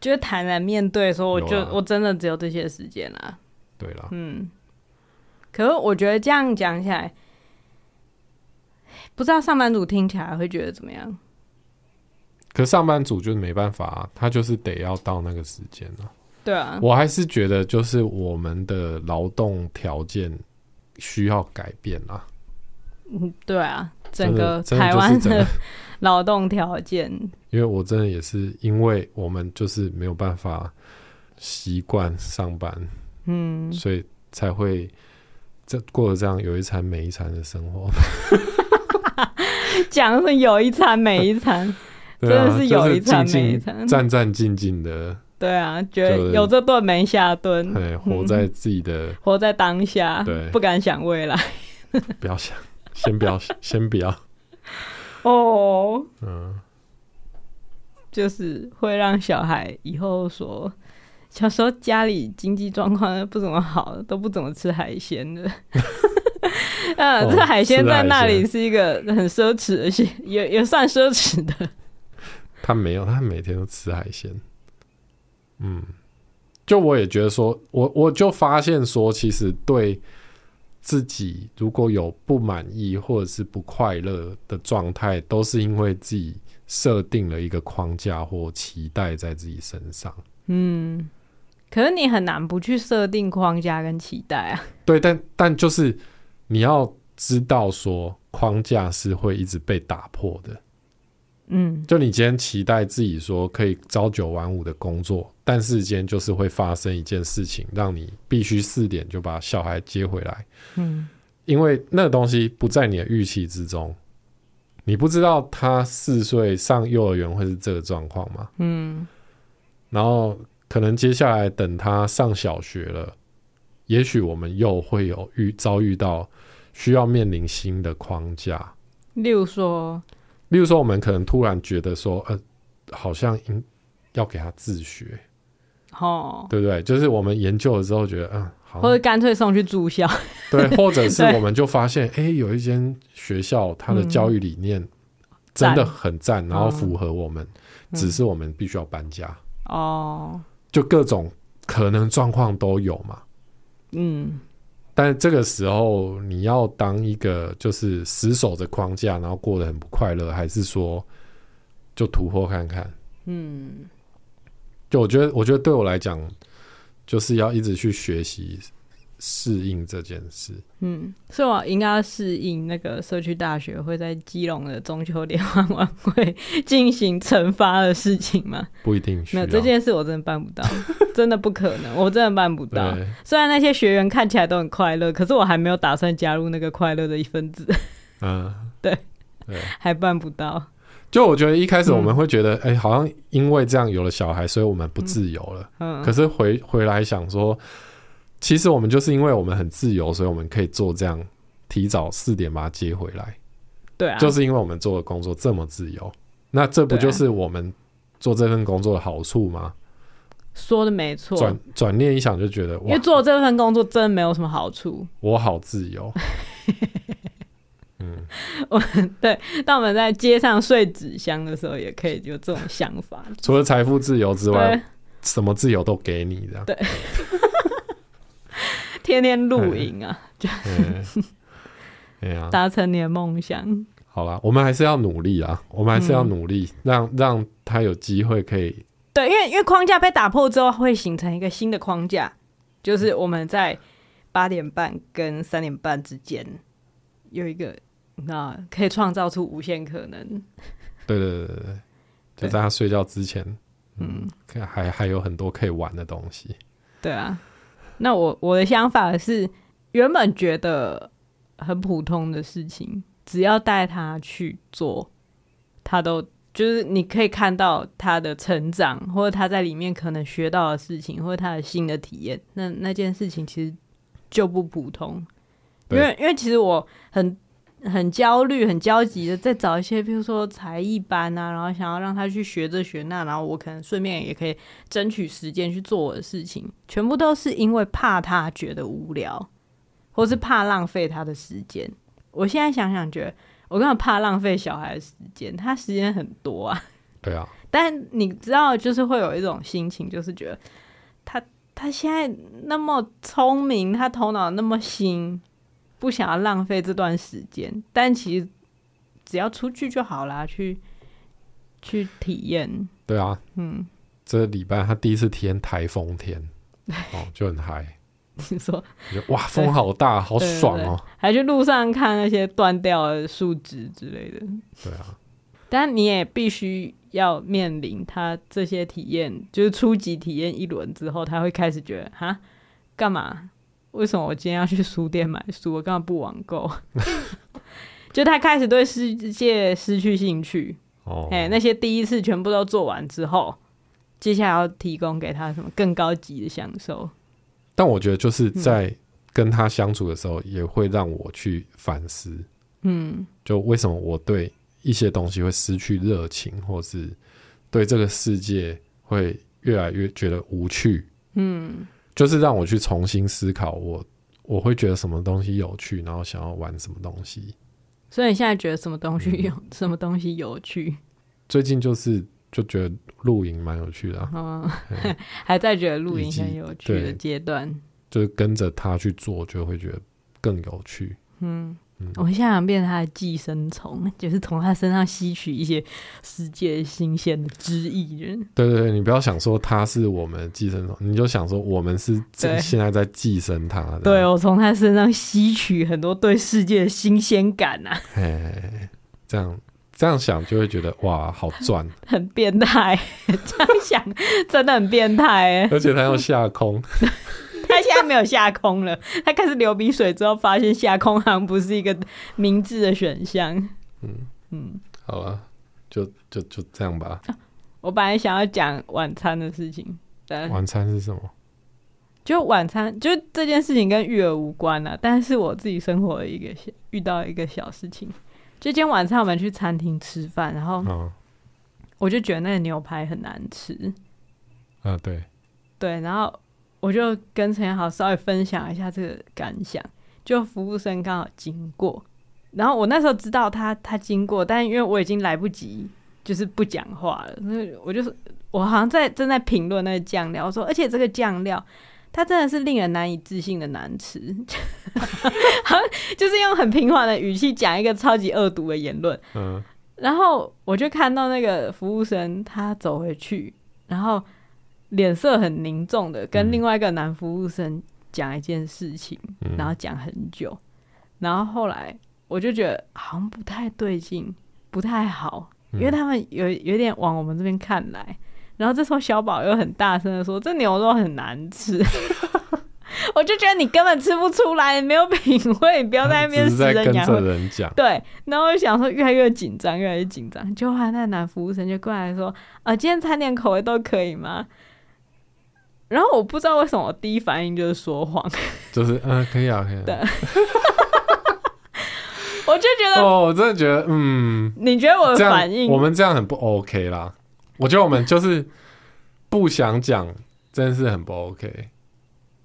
Speaker 1: 就是坦然面对说，我就、
Speaker 2: 有啊
Speaker 1: 我真的只有这些时间啊啦、
Speaker 2: 对啦，
Speaker 1: 嗯，可是我觉得这样讲起来，不知道上班族听起来会觉得怎么样？
Speaker 2: 可上班族就是没办法、啊，他就是得要到那个时间啊。
Speaker 1: 对啊，
Speaker 2: 我还是觉得就是我们的劳动条件需要改变啦，
Speaker 1: 嗯，对啊，整
Speaker 2: 真
Speaker 1: 个
Speaker 2: 的真
Speaker 1: 台
Speaker 2: 的
Speaker 1: 湾
Speaker 2: 就是整
Speaker 1: 的
Speaker 2: 个，
Speaker 1: 劳动条件，
Speaker 2: 因为我真的也是因为我们就是没有办法习惯上班，
Speaker 1: 嗯，
Speaker 2: 所以才会这过得这样有一餐没一餐的生活。
Speaker 1: 讲是有一餐没一餐，真
Speaker 2: 对啊，
Speaker 1: 的是有一餐
Speaker 2: 就是
Speaker 1: 没一
Speaker 2: 静
Speaker 1: 餐
Speaker 2: 静战战兢兢的，
Speaker 1: 对啊，觉得
Speaker 2: 就是
Speaker 1: 有这顿没下顿，
Speaker 2: 哎，活在自己的，
Speaker 1: 活在当下，
Speaker 2: 对
Speaker 1: 嗯不敢想未来。
Speaker 2: 不要想，先不要，先不要，
Speaker 1: 哦，
Speaker 2: 嗯。
Speaker 1: 就是会让小孩以后说，小时候家里经济状况不怎么好，都不怎么吃海鲜的。 啊，
Speaker 2: 哦
Speaker 1: 这海鲜
Speaker 2: 吃海
Speaker 1: 在
Speaker 2: 鲜
Speaker 1: 那里是一个很奢侈的事， 也也算奢侈的。
Speaker 2: 他没有，他每天都吃海鲜。嗯，就我也觉得说，我我就发现说，其实对自己如果有不满意或者是不快乐的状态，都是因为自己设定了一个框架或期待在自己身上。
Speaker 1: 嗯，可是你很难不去设定框架跟期待啊。
Speaker 2: 对，但但就是你要知道说，框架是会一直被打破的。
Speaker 1: 嗯，
Speaker 2: 就你今天期待自己说可以朝九晚五的工作，但是今天就是会发生一件事情，让你必须四点就把小孩接回来，
Speaker 1: 嗯，
Speaker 2: 因为那个东西不在你的预期之中，你不知道他四岁上幼儿园会是这个状况嘛？嗯，然后可能接下来等他上小学了，也许我们又会有遇遭遇到需要面临新的框架，
Speaker 1: 例如说，
Speaker 2: 例如说，我们可能突然觉得说，呃，好像应要给他自学，
Speaker 1: 哦，
Speaker 2: 对不对？就是我们研究了之后，觉得嗯，好
Speaker 1: 或
Speaker 2: 像
Speaker 1: 者干脆送去住校。
Speaker 2: 对，或者是
Speaker 1: 对
Speaker 2: 我们就发现，哎，有一间学校它的
Speaker 1: 嗯
Speaker 2: 教育理念真的很赞，然后
Speaker 1: 哦
Speaker 2: 符合我们，
Speaker 1: 嗯
Speaker 2: 只是我们必须要搬家，
Speaker 1: 哦，
Speaker 2: 就各种可能状况都有嘛。
Speaker 1: 嗯，
Speaker 2: 但这个时候，你要当一个就是死守着框架，然后过得很不快乐，还是说就突破看看？
Speaker 1: 嗯，
Speaker 2: 就我觉得，我觉得对我来讲，就是要一直去学习适应这件事。
Speaker 1: 嗯，所以我应该要适应那个社区大学会在基隆的中秋联欢晚会进行惩罚的事情 吗？
Speaker 2: 不一定需
Speaker 1: 没
Speaker 2: 要
Speaker 1: 有这件事，我真的办不到， 真的不可能，我真的办不到。
Speaker 2: 对，
Speaker 1: 虽然那些学员看起来都很快乐，可是我还没有打算加入那个快乐的一份子，
Speaker 2: 嗯，
Speaker 1: 对
Speaker 2: 对。
Speaker 1: 还办不到。
Speaker 2: 就我觉得一开始我们会觉得，
Speaker 1: 嗯
Speaker 2: 哎、好像因为这样有了小孩，所以我们不自由了。
Speaker 1: 嗯，
Speaker 2: 可是回回来想说，其实我们就是因为我们很自由，所以我们可以做这样，提早四点把他接回来，
Speaker 1: 对啊，
Speaker 2: 就是因为我们做的工作这么自由。那这不
Speaker 1: 对啊
Speaker 2: 就是我们做这份工作的好处吗？
Speaker 1: 说的没错，
Speaker 2: 转转念一想，就觉得
Speaker 1: 因为
Speaker 2: 哇，
Speaker 1: 做这份工作真的没有什么好处。
Speaker 2: 我好自由。嗯，
Speaker 1: 当我们在街上睡纸箱的时候，也可以有这种想法。
Speaker 2: 除了财富自由之
Speaker 1: 对
Speaker 2: 外，，什么自由都给你 这样。
Speaker 1: 天天露营啊，
Speaker 2: 嗯， 哎呀，
Speaker 1: 达成你的梦想。
Speaker 2: 好啦，我们还是要努力啊，我们还是要
Speaker 1: 嗯
Speaker 2: 努力，让让他有机会可以
Speaker 1: 对，因为因为框架被打破之后，会形成一个新的框架，就是我们在八点半跟三点半之间有一个，那可以创造出无限可能。
Speaker 2: 对对对对对，就
Speaker 1: 对
Speaker 2: 在他睡觉之前，嗯，可还还有很多可以玩的东西。
Speaker 1: 对啊，那我我的想法是，原本觉得很普通的事情，只要带他去做，他都就是你可以看到他的成长，或者他在里面可能学到的事情，或者他的新的体验。那那件事情其实就不普通，因
Speaker 2: 对
Speaker 1: 为因为其实我很。很焦虑、很焦急的在找一些，比如说才艺班啊，然后想要让他去学这学那，然后我可能顺便也可以争取时间去做我的事情，全部都是因为怕他觉得无聊，或是怕浪费他的时间。我现在想想，觉得我根本怕浪费小孩的时间，他时间很多啊。
Speaker 2: 对啊，
Speaker 1: 但你知道，就是会有一种心情，就是觉得他他现在那么聪明，他头脑那么新，不想要浪费这段时间。但其实只要出去就好啦，去去体验。
Speaker 2: 对啊，嗯，这礼拜他第一次体验台 风天，哦，就很嗨，
Speaker 1: 你说
Speaker 2: 就哇，风好大，好
Speaker 1: 对对
Speaker 2: 爽哦。
Speaker 1: 还去路上看那些断掉的树枝之类的。
Speaker 2: 对啊，
Speaker 1: 但你也必须要面临他这些体验，就是初级体验一轮之后，他会开始觉得哈，干嘛？为什么我今天要去书店买书？我干嘛不网购？ 就他开始对世界失去兴趣。
Speaker 2: 哦，
Speaker 1: 哎、那些第一次全部都做完之后，接下来要提供给他什么更高级的享受？
Speaker 2: 但我觉得就是在跟他相处的时候，也会让我去反思，嗯，就为什么我对一些东西会失去热情，或是对这个世界会越来越觉得无趣，嗯，就是让我去重新思考我我会觉得什么东西有趣，然后想要玩什么东西。
Speaker 1: 所以你现在觉得什么东西有、 什么东西有趣？
Speaker 2: 最近就是就觉得露营蛮有趣的啊、
Speaker 1: 嗯， 还在觉得露营很有趣的
Speaker 2: 对
Speaker 1: 阶段。
Speaker 2: 就是跟着他去做，就会觉得更有趣。
Speaker 1: 我现在想变成他的寄生虫， 就是从他身上吸取一些世界新鲜的汁液。
Speaker 2: 对啊对对，你不要想说他是我们寄生虫，你就想说我们是这
Speaker 1: 对
Speaker 2: 现在在寄生他的。
Speaker 1: 对，我从他身上吸取很多对世界的新鲜感啊，
Speaker 2: 哎，这样这样想就会觉得哇，好赚，
Speaker 1: 很变态。 这样想真的很变态哎！
Speaker 2: 而且他要下空，
Speaker 1: 他现在没有下空了，他开始流鼻水之后，发现下空好像不是一个明智的选项。
Speaker 2: 好了，就就就这样吧。
Speaker 1: 我本来想要讲晚餐的事情，但
Speaker 2: 晚餐是什么？
Speaker 1: 就晚餐，就这件事情跟育儿无关了、但是我自己生活的一个小遇到一个小事情，就今天晚上我们去餐厅吃饭，然后
Speaker 2: 嗯
Speaker 1: 我就觉得那个牛排很难吃，
Speaker 2: 啊，对，
Speaker 1: 对，然后我就跟陈彦豪稍微分享一下这个感想，就服务生刚好经过，然后我那时候知道他他经过，但因为我已经来不及，就是不讲话了，所以我就是我好像在正在评论那个酱料，我说而且这个酱料。它真的是令人难以置信的难吃， 好像就是用很平缓的语气讲一个超级恶毒的言论，
Speaker 2: 嗯，
Speaker 1: 然后我就看到那个服务生他走回去，然后脸色很凝重的跟
Speaker 2: 嗯
Speaker 1: 另外一个男服务生讲一件事情，
Speaker 2: 嗯
Speaker 1: 然后讲很久，然后后来我就觉得好像不太对劲，不太好，因为
Speaker 2: 嗯
Speaker 1: 他们有有点往我们这边看来，然后这时候小宝又很大声的说：“这牛肉很难吃。” 我就觉得你根本吃不出来，你没有品味，你不要在那边
Speaker 2: 只是
Speaker 1: 死
Speaker 2: 在
Speaker 1: 人
Speaker 2: 跟
Speaker 1: 养
Speaker 2: 着
Speaker 1: 活
Speaker 2: 人讲，
Speaker 1: 对，然后我就想说越来越紧张，越来越紧张。就后来那男服务生就过来说：“啊，今天餐点口味都可以吗？”然后我不知道为什么我第一反应就是说谎，
Speaker 2: 就是嗯，可以啊，可以啊。
Speaker 1: 对我就觉得
Speaker 2: 哦，我真的觉得嗯，
Speaker 1: 你觉得我
Speaker 2: 这
Speaker 1: 的
Speaker 2: 样
Speaker 1: 反应
Speaker 2: 我们这样很不 OK 啦。我觉得我们就是不想讲，真是很不 OK。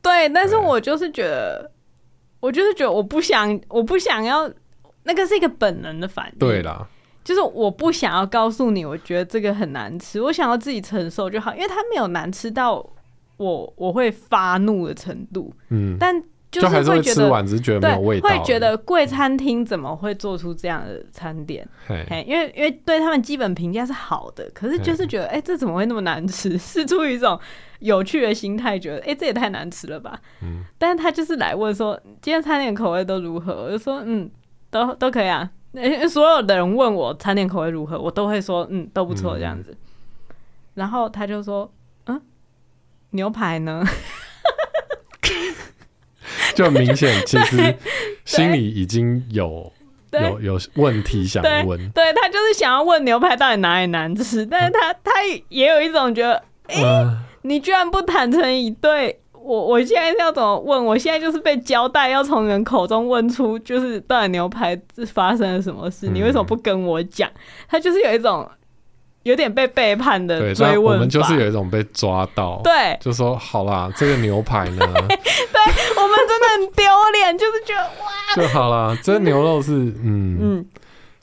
Speaker 1: 对，但是
Speaker 2: 对
Speaker 1: 我就是觉得，我就是觉得我不想，我不想要，那个是一个本能的反应。
Speaker 2: 对啦，
Speaker 1: 就是我不想要告诉你，我觉得这个很难吃，我想要自己承受就好，因为它没有难吃到我我会发怒的程度，
Speaker 2: 嗯，
Speaker 1: 但
Speaker 2: 就是还是
Speaker 1: 会觉
Speaker 2: 吃
Speaker 1: 得
Speaker 2: 完，只是觉得没有味
Speaker 1: 对，
Speaker 2: 道而已，
Speaker 1: 会觉得贵餐厅怎么会做出这样的餐点？
Speaker 2: 嘿，
Speaker 1: 嘿，因为因为对他们基本评价是好的，可是就是觉得，哎、这怎么会那么难吃？ 是出于一种有趣的心态，觉得，哎、这也太难吃了吧。
Speaker 2: 嗯，
Speaker 1: 但是他就是来问说，今天餐点口味都如何？我就说，嗯，都都可以啊。因为所有的人问我餐点口味如何，我都会说，嗯，都不错
Speaker 2: 嗯
Speaker 1: 这样子。然后他就说，嗯，牛排呢？
Speaker 2: 就很明显，其实 心里已经有
Speaker 1: 对
Speaker 2: 有有问题想
Speaker 1: 对
Speaker 2: 问，
Speaker 1: 对，他就是想要问牛排到底哪里难吃， 但是他他也有一种觉得，
Speaker 2: 嗯，
Speaker 1: 你居然不坦诚以对，我我现在要怎么问？我现在就是被交代要从人口中问出，就是到底牛排是发生了什么事？
Speaker 2: 嗯
Speaker 1: 你为什么不跟我讲？他就是有一种有点被背叛的
Speaker 2: 对，
Speaker 1: 追
Speaker 2: 但
Speaker 1: 问
Speaker 2: 我
Speaker 1: 法
Speaker 2: 们就是有一种被抓到，
Speaker 1: 对
Speaker 2: 就说好啦，这个牛排呢
Speaker 1: 我们真的很丢脸，就是觉得哇，
Speaker 2: 就好啦，这牛肉是嗯，
Speaker 1: 嗯，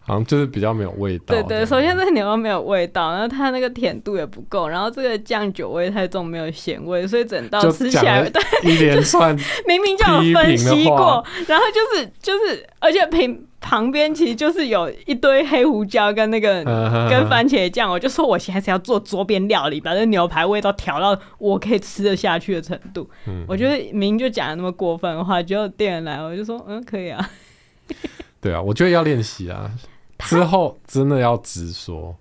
Speaker 2: 好像就是比较没有味道这
Speaker 1: 对
Speaker 2: 样，
Speaker 1: 对，首先这个牛肉没有味道，然后它那个甜度也不够，然后这个酱酒味太重，没有咸味，所以整道
Speaker 2: 就
Speaker 1: 吃起
Speaker 2: 讲
Speaker 1: 来
Speaker 2: 了一连串，
Speaker 1: 明明就有分析过，然后就是就是，而且旁旁边其实就是有一堆黑胡椒跟那
Speaker 2: 嗯
Speaker 1: 个跟
Speaker 2: 跟
Speaker 1: 番茄酱，我就说我现在是要做桌边料理，把这牛排味道调到我可以吃得下去的程度。
Speaker 2: 嗯
Speaker 1: 我觉得明明就讲的那么过分的话，结果店员来，我就说嗯可以啊，
Speaker 2: 对啊，我觉得要练习啊，之后真的要直说，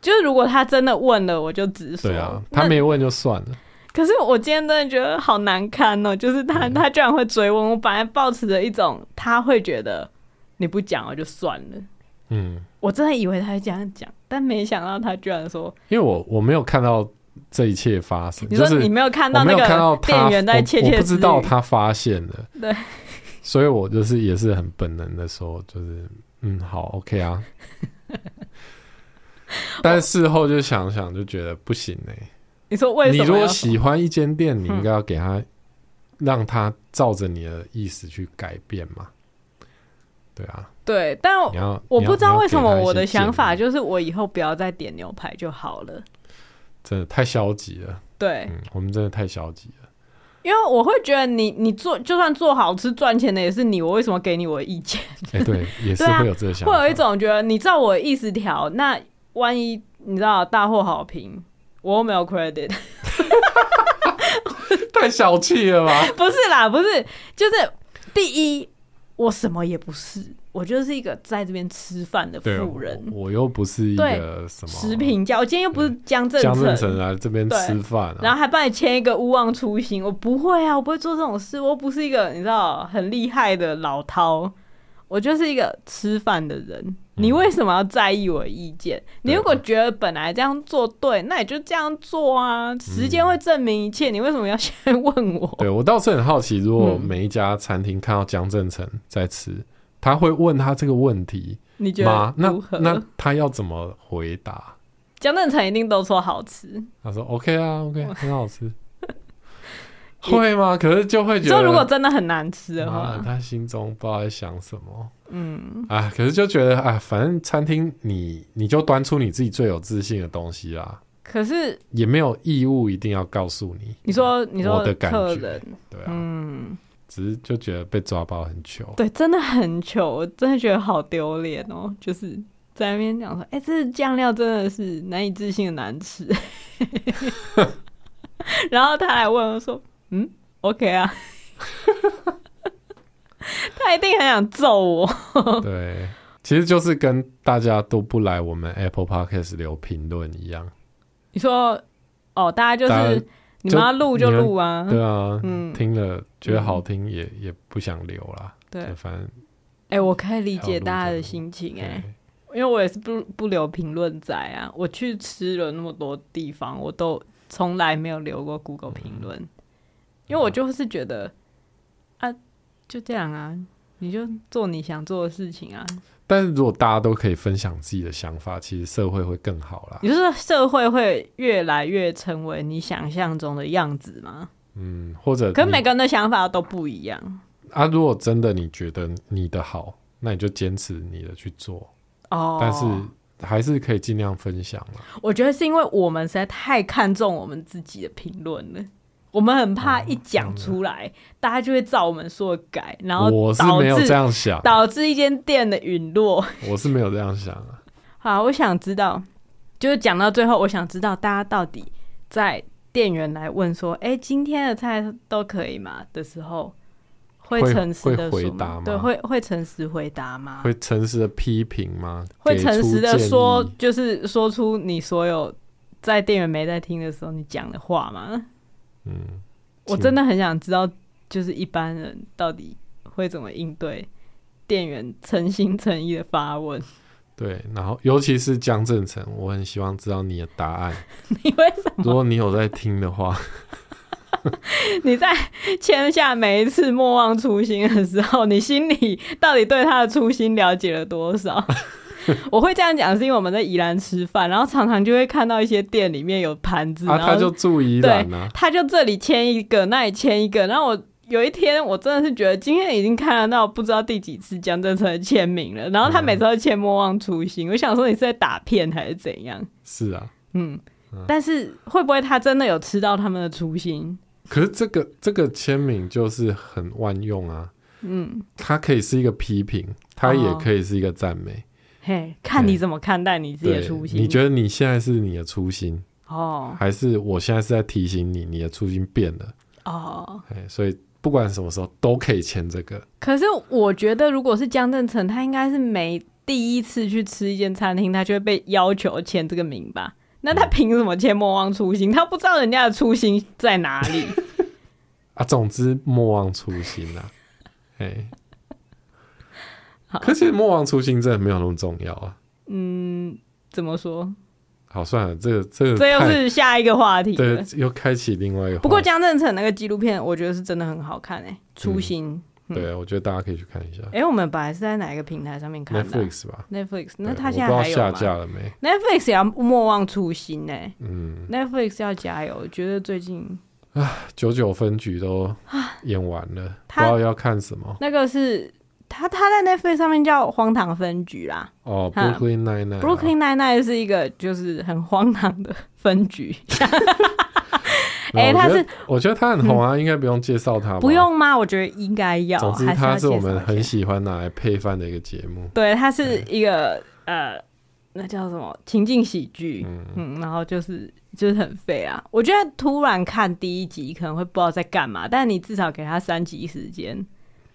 Speaker 1: 就是如果他真的问了，我就直说。
Speaker 2: 对啊，
Speaker 1: 那
Speaker 2: 他没问就算了，
Speaker 1: 可是我今天真的觉得好难堪哦，就是
Speaker 2: 嗯
Speaker 1: 他他居然会追问，我本来抱持着一种他会觉得你不讲我就算了。
Speaker 2: 嗯，
Speaker 1: 我真的以为他会这样讲，但没想到他居然说
Speaker 2: 因为我我没有看到这一切发：“生，
Speaker 1: 你
Speaker 2: 就
Speaker 1: 说
Speaker 2: 是
Speaker 1: 你没有看到
Speaker 2: 我没
Speaker 1: 那
Speaker 2: 有看到
Speaker 1: 个
Speaker 2: 他
Speaker 1: 店员在窃窃私
Speaker 2: 我，
Speaker 1: 语
Speaker 2: 我不知道他发现了，
Speaker 1: 对，
Speaker 2: 所以我就是也是很本能的说，就是嗯，好 ，OK 啊。但事后就想想，就觉得不行哎、
Speaker 1: 你说为
Speaker 2: 你
Speaker 1: 什
Speaker 2: 如
Speaker 1: 么
Speaker 2: 果
Speaker 1: 要？
Speaker 2: 喜欢一间店，你应该要给他，让他照着你的意思去改变嘛。对啊，
Speaker 1: 对，但
Speaker 2: 你要
Speaker 1: 哦我
Speaker 2: 你要
Speaker 1: 不知道为什么我的想法
Speaker 2: 你要给他一些建
Speaker 1: 就
Speaker 2: 议
Speaker 1: 是我以后不要再点牛排就好了。
Speaker 2: 真的太消极了，
Speaker 1: 对，
Speaker 2: 嗯，我们真的太消极了，
Speaker 1: 因为我会觉得你你做就算做好吃赚钱的也是你，我为什么给你我的意见？
Speaker 2: 哎、对， 也是
Speaker 1: 对啊
Speaker 2: 会有这个想
Speaker 1: 会
Speaker 2: 法，
Speaker 1: 有一种觉得你照我的意思调，那万一你知道大获好评，我又没有 credit，
Speaker 2: 太小气了吧？
Speaker 1: 不是啦，不是，就是第一，我什么也不是，我就是一个在这边吃饭的
Speaker 2: 对，
Speaker 1: 富人。
Speaker 2: 我我又不是一个什么
Speaker 1: 食品教，我今天又不是江正
Speaker 2: 江
Speaker 1: 成，
Speaker 2: 正成来这边吃饭、啊，
Speaker 1: 然后还帮你签一个勿忘初心，我不会啊，我不会做这种事，我又不是一个你知道很厉害的老饕，我就是一个吃饭的人。
Speaker 2: 嗯
Speaker 1: 你为什么要在意我的意见？你如果觉得本来这样做对，那你就这样做啊，时间会证明一切。你为什么要现在问我？
Speaker 2: 对我倒是很好奇，如果
Speaker 1: 嗯
Speaker 2: 每一家餐厅看到江正成在吃，他会问他这个问题
Speaker 1: 你觉
Speaker 2: 吗
Speaker 1: 得？
Speaker 2: 那
Speaker 1: 如何？
Speaker 2: 那他要怎么回答？
Speaker 1: 江正成一定都说好吃。
Speaker 2: 他说 OK 啊，OK，很 好吃。会吗？可是就会
Speaker 1: 你
Speaker 2: 觉得，
Speaker 1: 说如果真的很难吃的
Speaker 2: 妈
Speaker 1: 话
Speaker 2: 的，他心中不知道在想什么。
Speaker 1: 嗯，
Speaker 2: 啊，可是就觉得啊，反正餐厅你你就端出你自己最有自信的东西啦，
Speaker 1: 可是
Speaker 2: 也没有义务一定要告诉你。
Speaker 1: 你说你说
Speaker 2: 我的感
Speaker 1: 客
Speaker 2: 觉
Speaker 1: 人，
Speaker 2: 对啊，
Speaker 1: 嗯。
Speaker 2: 只是就觉得被抓包很糗。
Speaker 1: 对，真的很糗，我真的觉得好丢脸哦。就是在那边讲说，哎、这酱料真的是难以置信的难吃。 然后他来问我说，嗯，OK 啊。 他一定很想揍我。
Speaker 2: 对，其实就是跟大家都不来我们 Apple Podcast 留评论一样。
Speaker 1: 你说，哦，大家就
Speaker 2: 大
Speaker 1: 是
Speaker 2: 家
Speaker 1: 你们要录就录啊。
Speaker 2: 对啊，
Speaker 1: 嗯
Speaker 2: 听了觉得好听也、也不想留啦。
Speaker 1: 对，
Speaker 2: 就
Speaker 1: 哎、
Speaker 2: 反正
Speaker 1: 我可以理
Speaker 2: 要
Speaker 1: 解
Speaker 2: 录
Speaker 1: 大家
Speaker 2: 就
Speaker 1: 的
Speaker 2: 录
Speaker 1: 心情哎、
Speaker 2: 对
Speaker 1: 因为我也是不不留评论仔啊，我去吃了那么多地方，我都从来没有留过
Speaker 2: 嗯
Speaker 1: Google 评论，因为我就是觉得啊，就这样啊，你就做你想做的事情啊。
Speaker 2: 但是如果大家都可以分享自己的想法，其实社会会更好啦。
Speaker 1: 你就是社会会越来越成为你想象中的样子吗？
Speaker 2: 嗯，或者
Speaker 1: 可是
Speaker 2: 你
Speaker 1: 每个人的想法都不一样，
Speaker 2: 啊，如果真的你觉得你的好，那你就坚持你的去做，
Speaker 1: 哦，
Speaker 2: 但是还是可以尽量分享啦。
Speaker 1: 我觉得是因为我们实在太看重我们自己的评论了，我们很
Speaker 2: 哦
Speaker 1: 怕一讲出来，大家就会照我们说的改，然后
Speaker 2: 我是
Speaker 1: 导
Speaker 2: 没有
Speaker 1: 致
Speaker 2: 这样想，
Speaker 1: 导致一间店的陨落。
Speaker 2: 我是没有这样想啊。
Speaker 1: 好，我想知道，就是讲到最后，我想知道大家到底在店员来问说：“哎、今天的菜都可以吗？”的时候，会
Speaker 2: 会
Speaker 1: 诚实的
Speaker 2: 会
Speaker 1: 说
Speaker 2: 回答吗
Speaker 1: 对，会会诚实回答吗？
Speaker 2: 会诚实的批评吗？
Speaker 1: 啊会
Speaker 2: 给
Speaker 1: 诚
Speaker 2: 出
Speaker 1: 实的
Speaker 2: 建
Speaker 1: 说
Speaker 2: 议，
Speaker 1: 就是说出你所有在店员没在听的时候你讲的话吗？
Speaker 2: 嗯，
Speaker 1: 我
Speaker 2: 请
Speaker 1: 真的很想知道，就是一般人到底会怎么应对店员诚心诚意的发问？
Speaker 2: 对。然后，尤其是江正成，我很希望知道你的答案。
Speaker 1: 你为什
Speaker 2: 如果你有在听的话，
Speaker 1: 么你在签下每一次莫忘初心的时候，你心里到底对他的初心了解了多少？ 我会这样讲，是因为我们在宜兰吃饭，然后常常就会看到一些店里面有盘子，
Speaker 2: 啊，
Speaker 1: 然
Speaker 2: 他
Speaker 1: 后
Speaker 2: 就注意懒啊，
Speaker 1: 他就这里签一个，那里签一个，然后我。有一天，我真的是觉得今天已经看得到不知道第几次江正成的签名了。然后他每次都签“莫忘初心”，我想说你是在打骗还是怎样？
Speaker 2: 是啊。
Speaker 1: 嗯，但是会不会他真的有吃到他们的初心？
Speaker 2: 可是这个这个签名就是很万用啊，
Speaker 1: 嗯，
Speaker 2: 它可以是一个批评，它也
Speaker 1: 哦
Speaker 2: 可以是一个赞美。
Speaker 1: 嘿，看你怎么看待你自己的
Speaker 2: 对，
Speaker 1: 初心。
Speaker 2: 你觉得你现在是你的初心，
Speaker 1: 哦
Speaker 2: 还是我现在是在提醒你你的初心变了？
Speaker 1: 哦，
Speaker 2: 哎，所以不管什么时候都可以签这个。
Speaker 1: 可是我觉得如果是江正成，他应该是每第一次去吃一间餐厅，他就会被要求签这个名吧？那他凭什么签“莫忘初心”？他不知道人家的初心在哪里。
Speaker 2: 啊，总之莫忘初心 啊，哎，
Speaker 1: 好
Speaker 2: 可是其实莫忘初心真的没有那么重要啊。
Speaker 1: 嗯，怎么说？
Speaker 2: 好，算了，这个这个
Speaker 1: 这又
Speaker 2: 太
Speaker 1: 是下一个话题了
Speaker 2: 对。，又开启另外一个话题。嗯
Speaker 1: 不过江正成那个纪录片，我觉得是真的很好看诶、初心。
Speaker 2: 对，我觉得大家可以去看一下
Speaker 1: 诶，我们本来是在哪一个平台上面看的啊
Speaker 2: Netflix 吧。
Speaker 1: ？Netflix，那
Speaker 2: 对
Speaker 1: 他
Speaker 2: 我
Speaker 1: 现在
Speaker 2: 不
Speaker 1: 还
Speaker 2: 知
Speaker 1: 有
Speaker 2: 道下
Speaker 1: 吗
Speaker 2: 架了没？
Speaker 1: ？Netflix 也要莫忘初心诶、欸
Speaker 2: 嗯，
Speaker 1: Netflix 要加油，我觉得最近
Speaker 2: 九九分局都演完了，不
Speaker 1: 啊他
Speaker 2: 知道要看什么
Speaker 1: 那个是他他在 Netflix 上面叫《荒唐分局》啦，
Speaker 2: 哦。
Speaker 1: 哈
Speaker 2: Brooklyn Nine Nine，
Speaker 1: Brooklyn Nine Nine 是一个就是很荒唐的分局， 哎他是嗯
Speaker 2: 我觉得他很红啊，应该不用介绍他吧？
Speaker 1: 不。用吗？我觉得应该要。
Speaker 2: 总之，
Speaker 1: 还要
Speaker 2: 他是我
Speaker 1: 介
Speaker 2: 们
Speaker 1: 绍一下
Speaker 2: 很喜欢拿来配饭的一个节目。
Speaker 1: 对，它是一个呃，那叫什么情境喜剧，嗯然后就是就是很废啊。我觉得突然看第一集可能会不知道在干嘛，但你至少给他三集时间，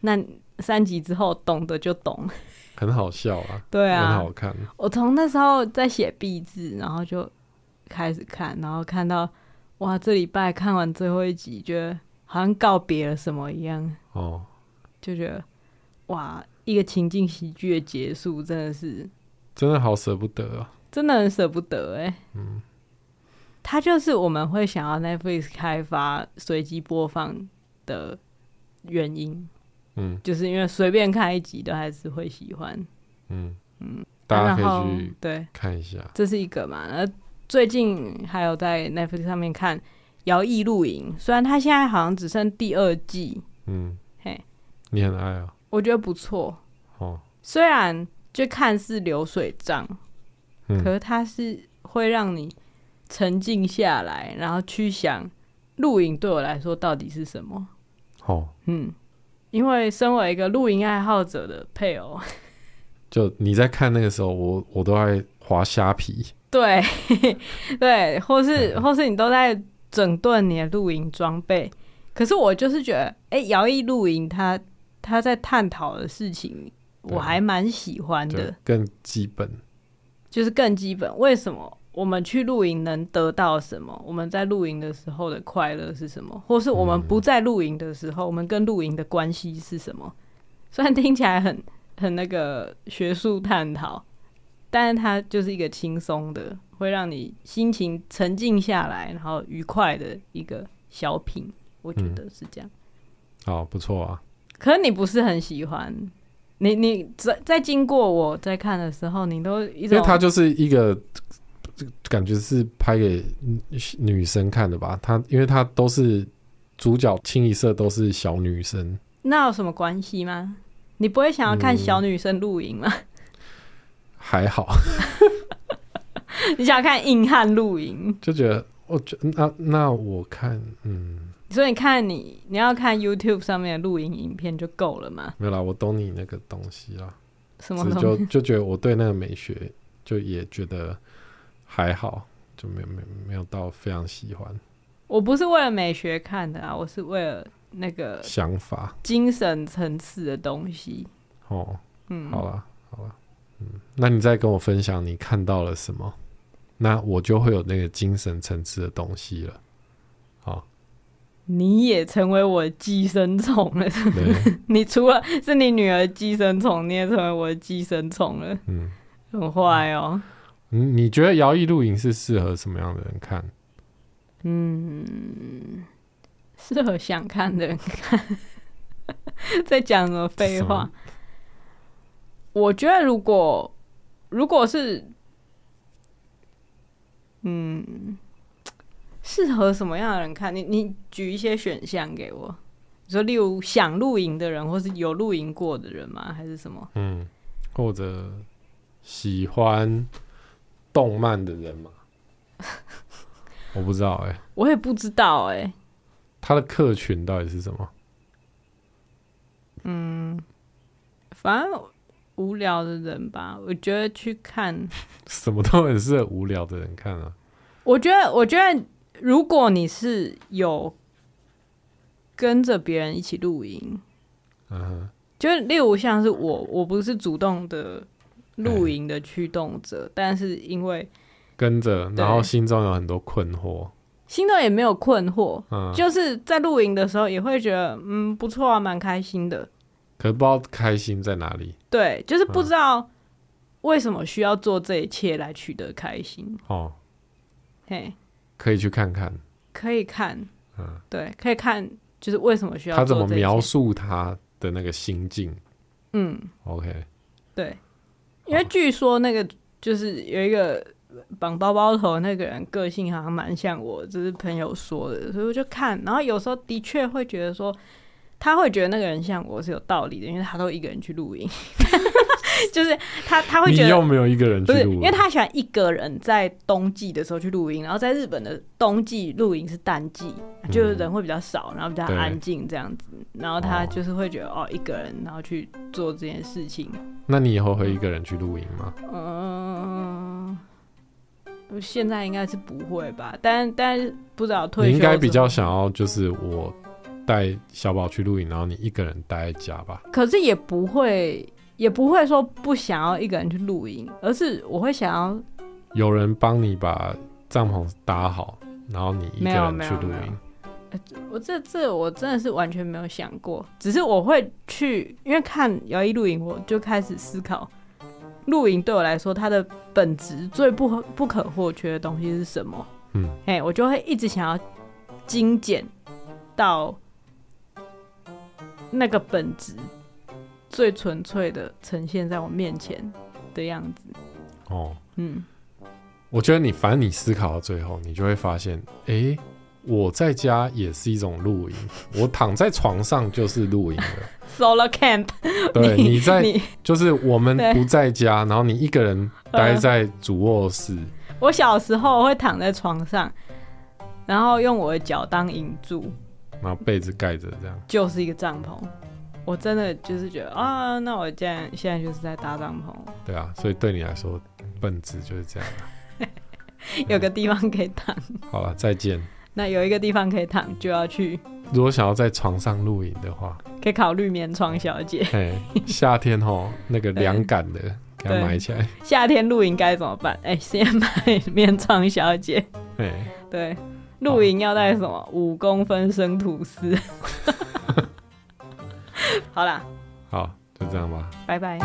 Speaker 1: 那三集之后懂得就懂。
Speaker 2: 很好笑啊，
Speaker 1: 对
Speaker 2: 很
Speaker 1: 啊
Speaker 2: 好，看。
Speaker 1: 我从那时候在写壁纸，然后就开始看，然后看到哇，这礼拜看完最后一集，觉得好像告别了什么一样，
Speaker 2: 哦，
Speaker 1: 就觉得哇，一个情境喜剧的结束真的是。
Speaker 2: 真的好舍不得啊！
Speaker 1: 真的很舍不得哎、
Speaker 2: 嗯
Speaker 1: 它就是我们会想要 Netflix 开发随机播放的原因，
Speaker 2: 嗯
Speaker 1: 就是因为随便看一集都还是会喜欢。啊
Speaker 2: 嗯大家可
Speaker 1: 然后
Speaker 2: 以去
Speaker 1: 对，
Speaker 2: 看一下。
Speaker 1: 这是一个嘛。那最近还有在 Netflix 上面看《摇曳露营》，虽然它现在好像只剩第二季，
Speaker 2: 嗯
Speaker 1: 嘿，
Speaker 2: 你很爱啊？
Speaker 1: 我觉得不错。
Speaker 2: 哦，
Speaker 1: 虽然就看似流水账，
Speaker 2: 嗯
Speaker 1: 可是它是会让你沉静下来，然后去想露营对我来说到底是什么。
Speaker 2: 哦，
Speaker 1: 嗯，因为身为一个露营爱好者的配偶，
Speaker 2: 就你在看那个时候，我我都在划虾皮。
Speaker 1: 对 对，或是
Speaker 2: 嗯
Speaker 1: 或是你都在整顿你的露营装备，可是我就是觉得，哎、摇曳露营它它在探讨的事情，
Speaker 2: 对
Speaker 1: 我还蛮喜欢
Speaker 2: 对，
Speaker 1: 的。
Speaker 2: 更基本。
Speaker 1: 就是更基本，为什么我们去露营能得到什么？我们在露营的时候的快乐是什么？或是我们不
Speaker 2: 嗯
Speaker 1: 在露营的时候，我们跟露营的关系是什么？虽然听起来很很那个学术探讨，但是它就是一个轻松的，会让你心情沉静下来，然后愉快的一个小品，我
Speaker 2: 嗯
Speaker 1: 觉得是这样。
Speaker 2: 好，不错啊。
Speaker 1: 可是你不是很喜欢，你你在在经过我在看的时候，你都一
Speaker 2: 因
Speaker 1: 种
Speaker 2: 为它就是一个感觉是拍给女生看的吧？它因为它都是主角清一色都是小女生，
Speaker 1: 那有什么关系吗？你不会想要看小女生露营吗？
Speaker 2: 还好，
Speaker 1: 你想要看硬汉露营，
Speaker 2: 就觉得我觉那那我看嗯
Speaker 1: 所以你看你你要看 YouTube 上面的露营影片就够了嘛？
Speaker 2: 没有啦，我懂你那个东西啦，
Speaker 1: 什么
Speaker 2: 只是
Speaker 1: 东
Speaker 2: 就
Speaker 1: 西？
Speaker 2: 就觉得我对那个美学就也觉得还好，就没有没有没有到非常喜欢
Speaker 1: 我不是为了美学看的啊，我是为了那个
Speaker 2: 想法
Speaker 1: 精神层次的东西。
Speaker 2: 哦。
Speaker 1: 嗯，
Speaker 2: 好啦，好啦，嗯，那你再跟我分享你看到了什么，那我就会有那个精神层次的东西 了。好，
Speaker 1: 你也成为我的寄生虫了。
Speaker 2: 对，
Speaker 1: 你除了是你女儿寄生虫，你也成为我的寄生虫了，
Speaker 2: 嗯，
Speaker 1: 很坏哦。
Speaker 2: 你你觉得摇曳露营是适合什么样的人看？
Speaker 1: 适合想看的人看， 在讲什么废
Speaker 2: 什
Speaker 1: 话
Speaker 2: 么？
Speaker 1: 我觉得如果如果是，嗯，适合什么样的人看？你你举一些选项给我，你说例如想露营的人，或是有露营过的人吗？还是什么？
Speaker 2: 嗯，或者喜欢动漫的 人吗？我不知道哎、
Speaker 1: 我也不知道哎、
Speaker 2: 他的客群到底是什么？
Speaker 1: 反正无聊的人吧，我觉得去看，
Speaker 2: 什么都很适合无聊的人看啊。
Speaker 1: 我觉得，我觉得如果你是有跟着别人一起露营，
Speaker 2: 嗯哼，
Speaker 1: 就是例如像是我，我不是主动的露营的驱动者，但是因为
Speaker 2: 跟着，然后
Speaker 1: 对
Speaker 2: 心中有很多困惑。
Speaker 1: 心中也没有困惑，
Speaker 2: 嗯，
Speaker 1: 就是在露营的时候也会觉得，嗯，不错啊，蛮开心的。
Speaker 2: 可是不知道开心在哪里
Speaker 1: 对，就是不知道为什么需要做这一切来取得开心。
Speaker 2: 哦，
Speaker 1: 嘿，
Speaker 2: 可以去看看。
Speaker 1: 可以看，
Speaker 2: 嗯
Speaker 1: 对，可以看，就是为什么需要
Speaker 2: 他怎么
Speaker 1: 做这一
Speaker 2: 描
Speaker 1: 切？
Speaker 2: 述他的那个心境
Speaker 1: 嗯，
Speaker 2: ？OK，
Speaker 1: 对，因为据说那个就是有一个绑包包头那个人，个性好像蛮像我，这是朋友说的，所以我就看。然后有时候的确会觉得说，他会觉得那个人像我是有道理的，因为他都一个人去露营， 就是他他会
Speaker 2: 你
Speaker 1: 觉
Speaker 2: 又
Speaker 1: 得。
Speaker 2: 没有一个人
Speaker 1: 不
Speaker 2: 去
Speaker 1: 是，
Speaker 2: 录，
Speaker 1: 因为他喜欢一个人在冬季的时候去露营，然后在日本的冬季露营是淡季，就是人会比较少，然后比较
Speaker 2: 嗯对
Speaker 1: 安静这样子，然后
Speaker 2: 哦
Speaker 1: 他就是会觉得哦，一个人然后去做这件事情，
Speaker 2: 那你以后会一个人去露营吗？
Speaker 1: 嗯，现在应该是不会吧，但但是不知道退
Speaker 2: 你
Speaker 1: 休
Speaker 2: 应该比
Speaker 1: 之后
Speaker 2: 较想要，就是我带小宝去露营，然后你一个人待在家吧。
Speaker 1: 可是也不会也不会说不想要一个人去露营，而是我会想要
Speaker 2: 有人帮你把帐篷搭好，然后你一个
Speaker 1: 没有
Speaker 2: 人
Speaker 1: 没有
Speaker 2: 去露
Speaker 1: 没有
Speaker 2: 营。
Speaker 1: 我这这我真的是完全没有想过，只是我会去，因为看摇曳露营，我就开始思考，露营对我来说它的本质最不可不可或缺的东西是什么？
Speaker 2: 嗯，
Speaker 1: 哎、我就会一直想要精简到那个本质最纯粹的呈现在我面前的样子。
Speaker 2: 哦，
Speaker 1: 嗯，
Speaker 2: 我觉得你反正你思考到最后，你就会发现，诶，我在家也是一种露营，我躺在床上就是露营了。
Speaker 1: ，solo camp，
Speaker 2: 对，
Speaker 1: 你
Speaker 2: 你在
Speaker 1: 你
Speaker 2: 就是我们
Speaker 1: 对嗯
Speaker 2: 不在家，然后你一个人待在主卧室，
Speaker 1: 我小时候会躺在床上，然后用我的脚当引柱，
Speaker 2: 然后被子盖着这样。
Speaker 1: 就是一个帐篷。我真的就是觉得啊，那我现在现在就是在搭帐篷，
Speaker 2: 对啊，所以对你来说，本质就是这样。
Speaker 1: 有个地方可以躺，
Speaker 2: 好了，再见。
Speaker 1: 那有一个地方可以躺，就要去
Speaker 2: 如果想要在床上露营的话，
Speaker 1: 可以考虑棉床小姐。
Speaker 2: 嘿， 夏天吼那个凉感的，给它
Speaker 1: 对
Speaker 2: 买起来。
Speaker 1: 夏天露营该怎么办？哎、先买 棉床小姐。
Speaker 2: 嘿，
Speaker 1: 对，露营要带什么？五公分生吐司。 好啦，
Speaker 2: 好，就这样吧。
Speaker 1: 拜拜。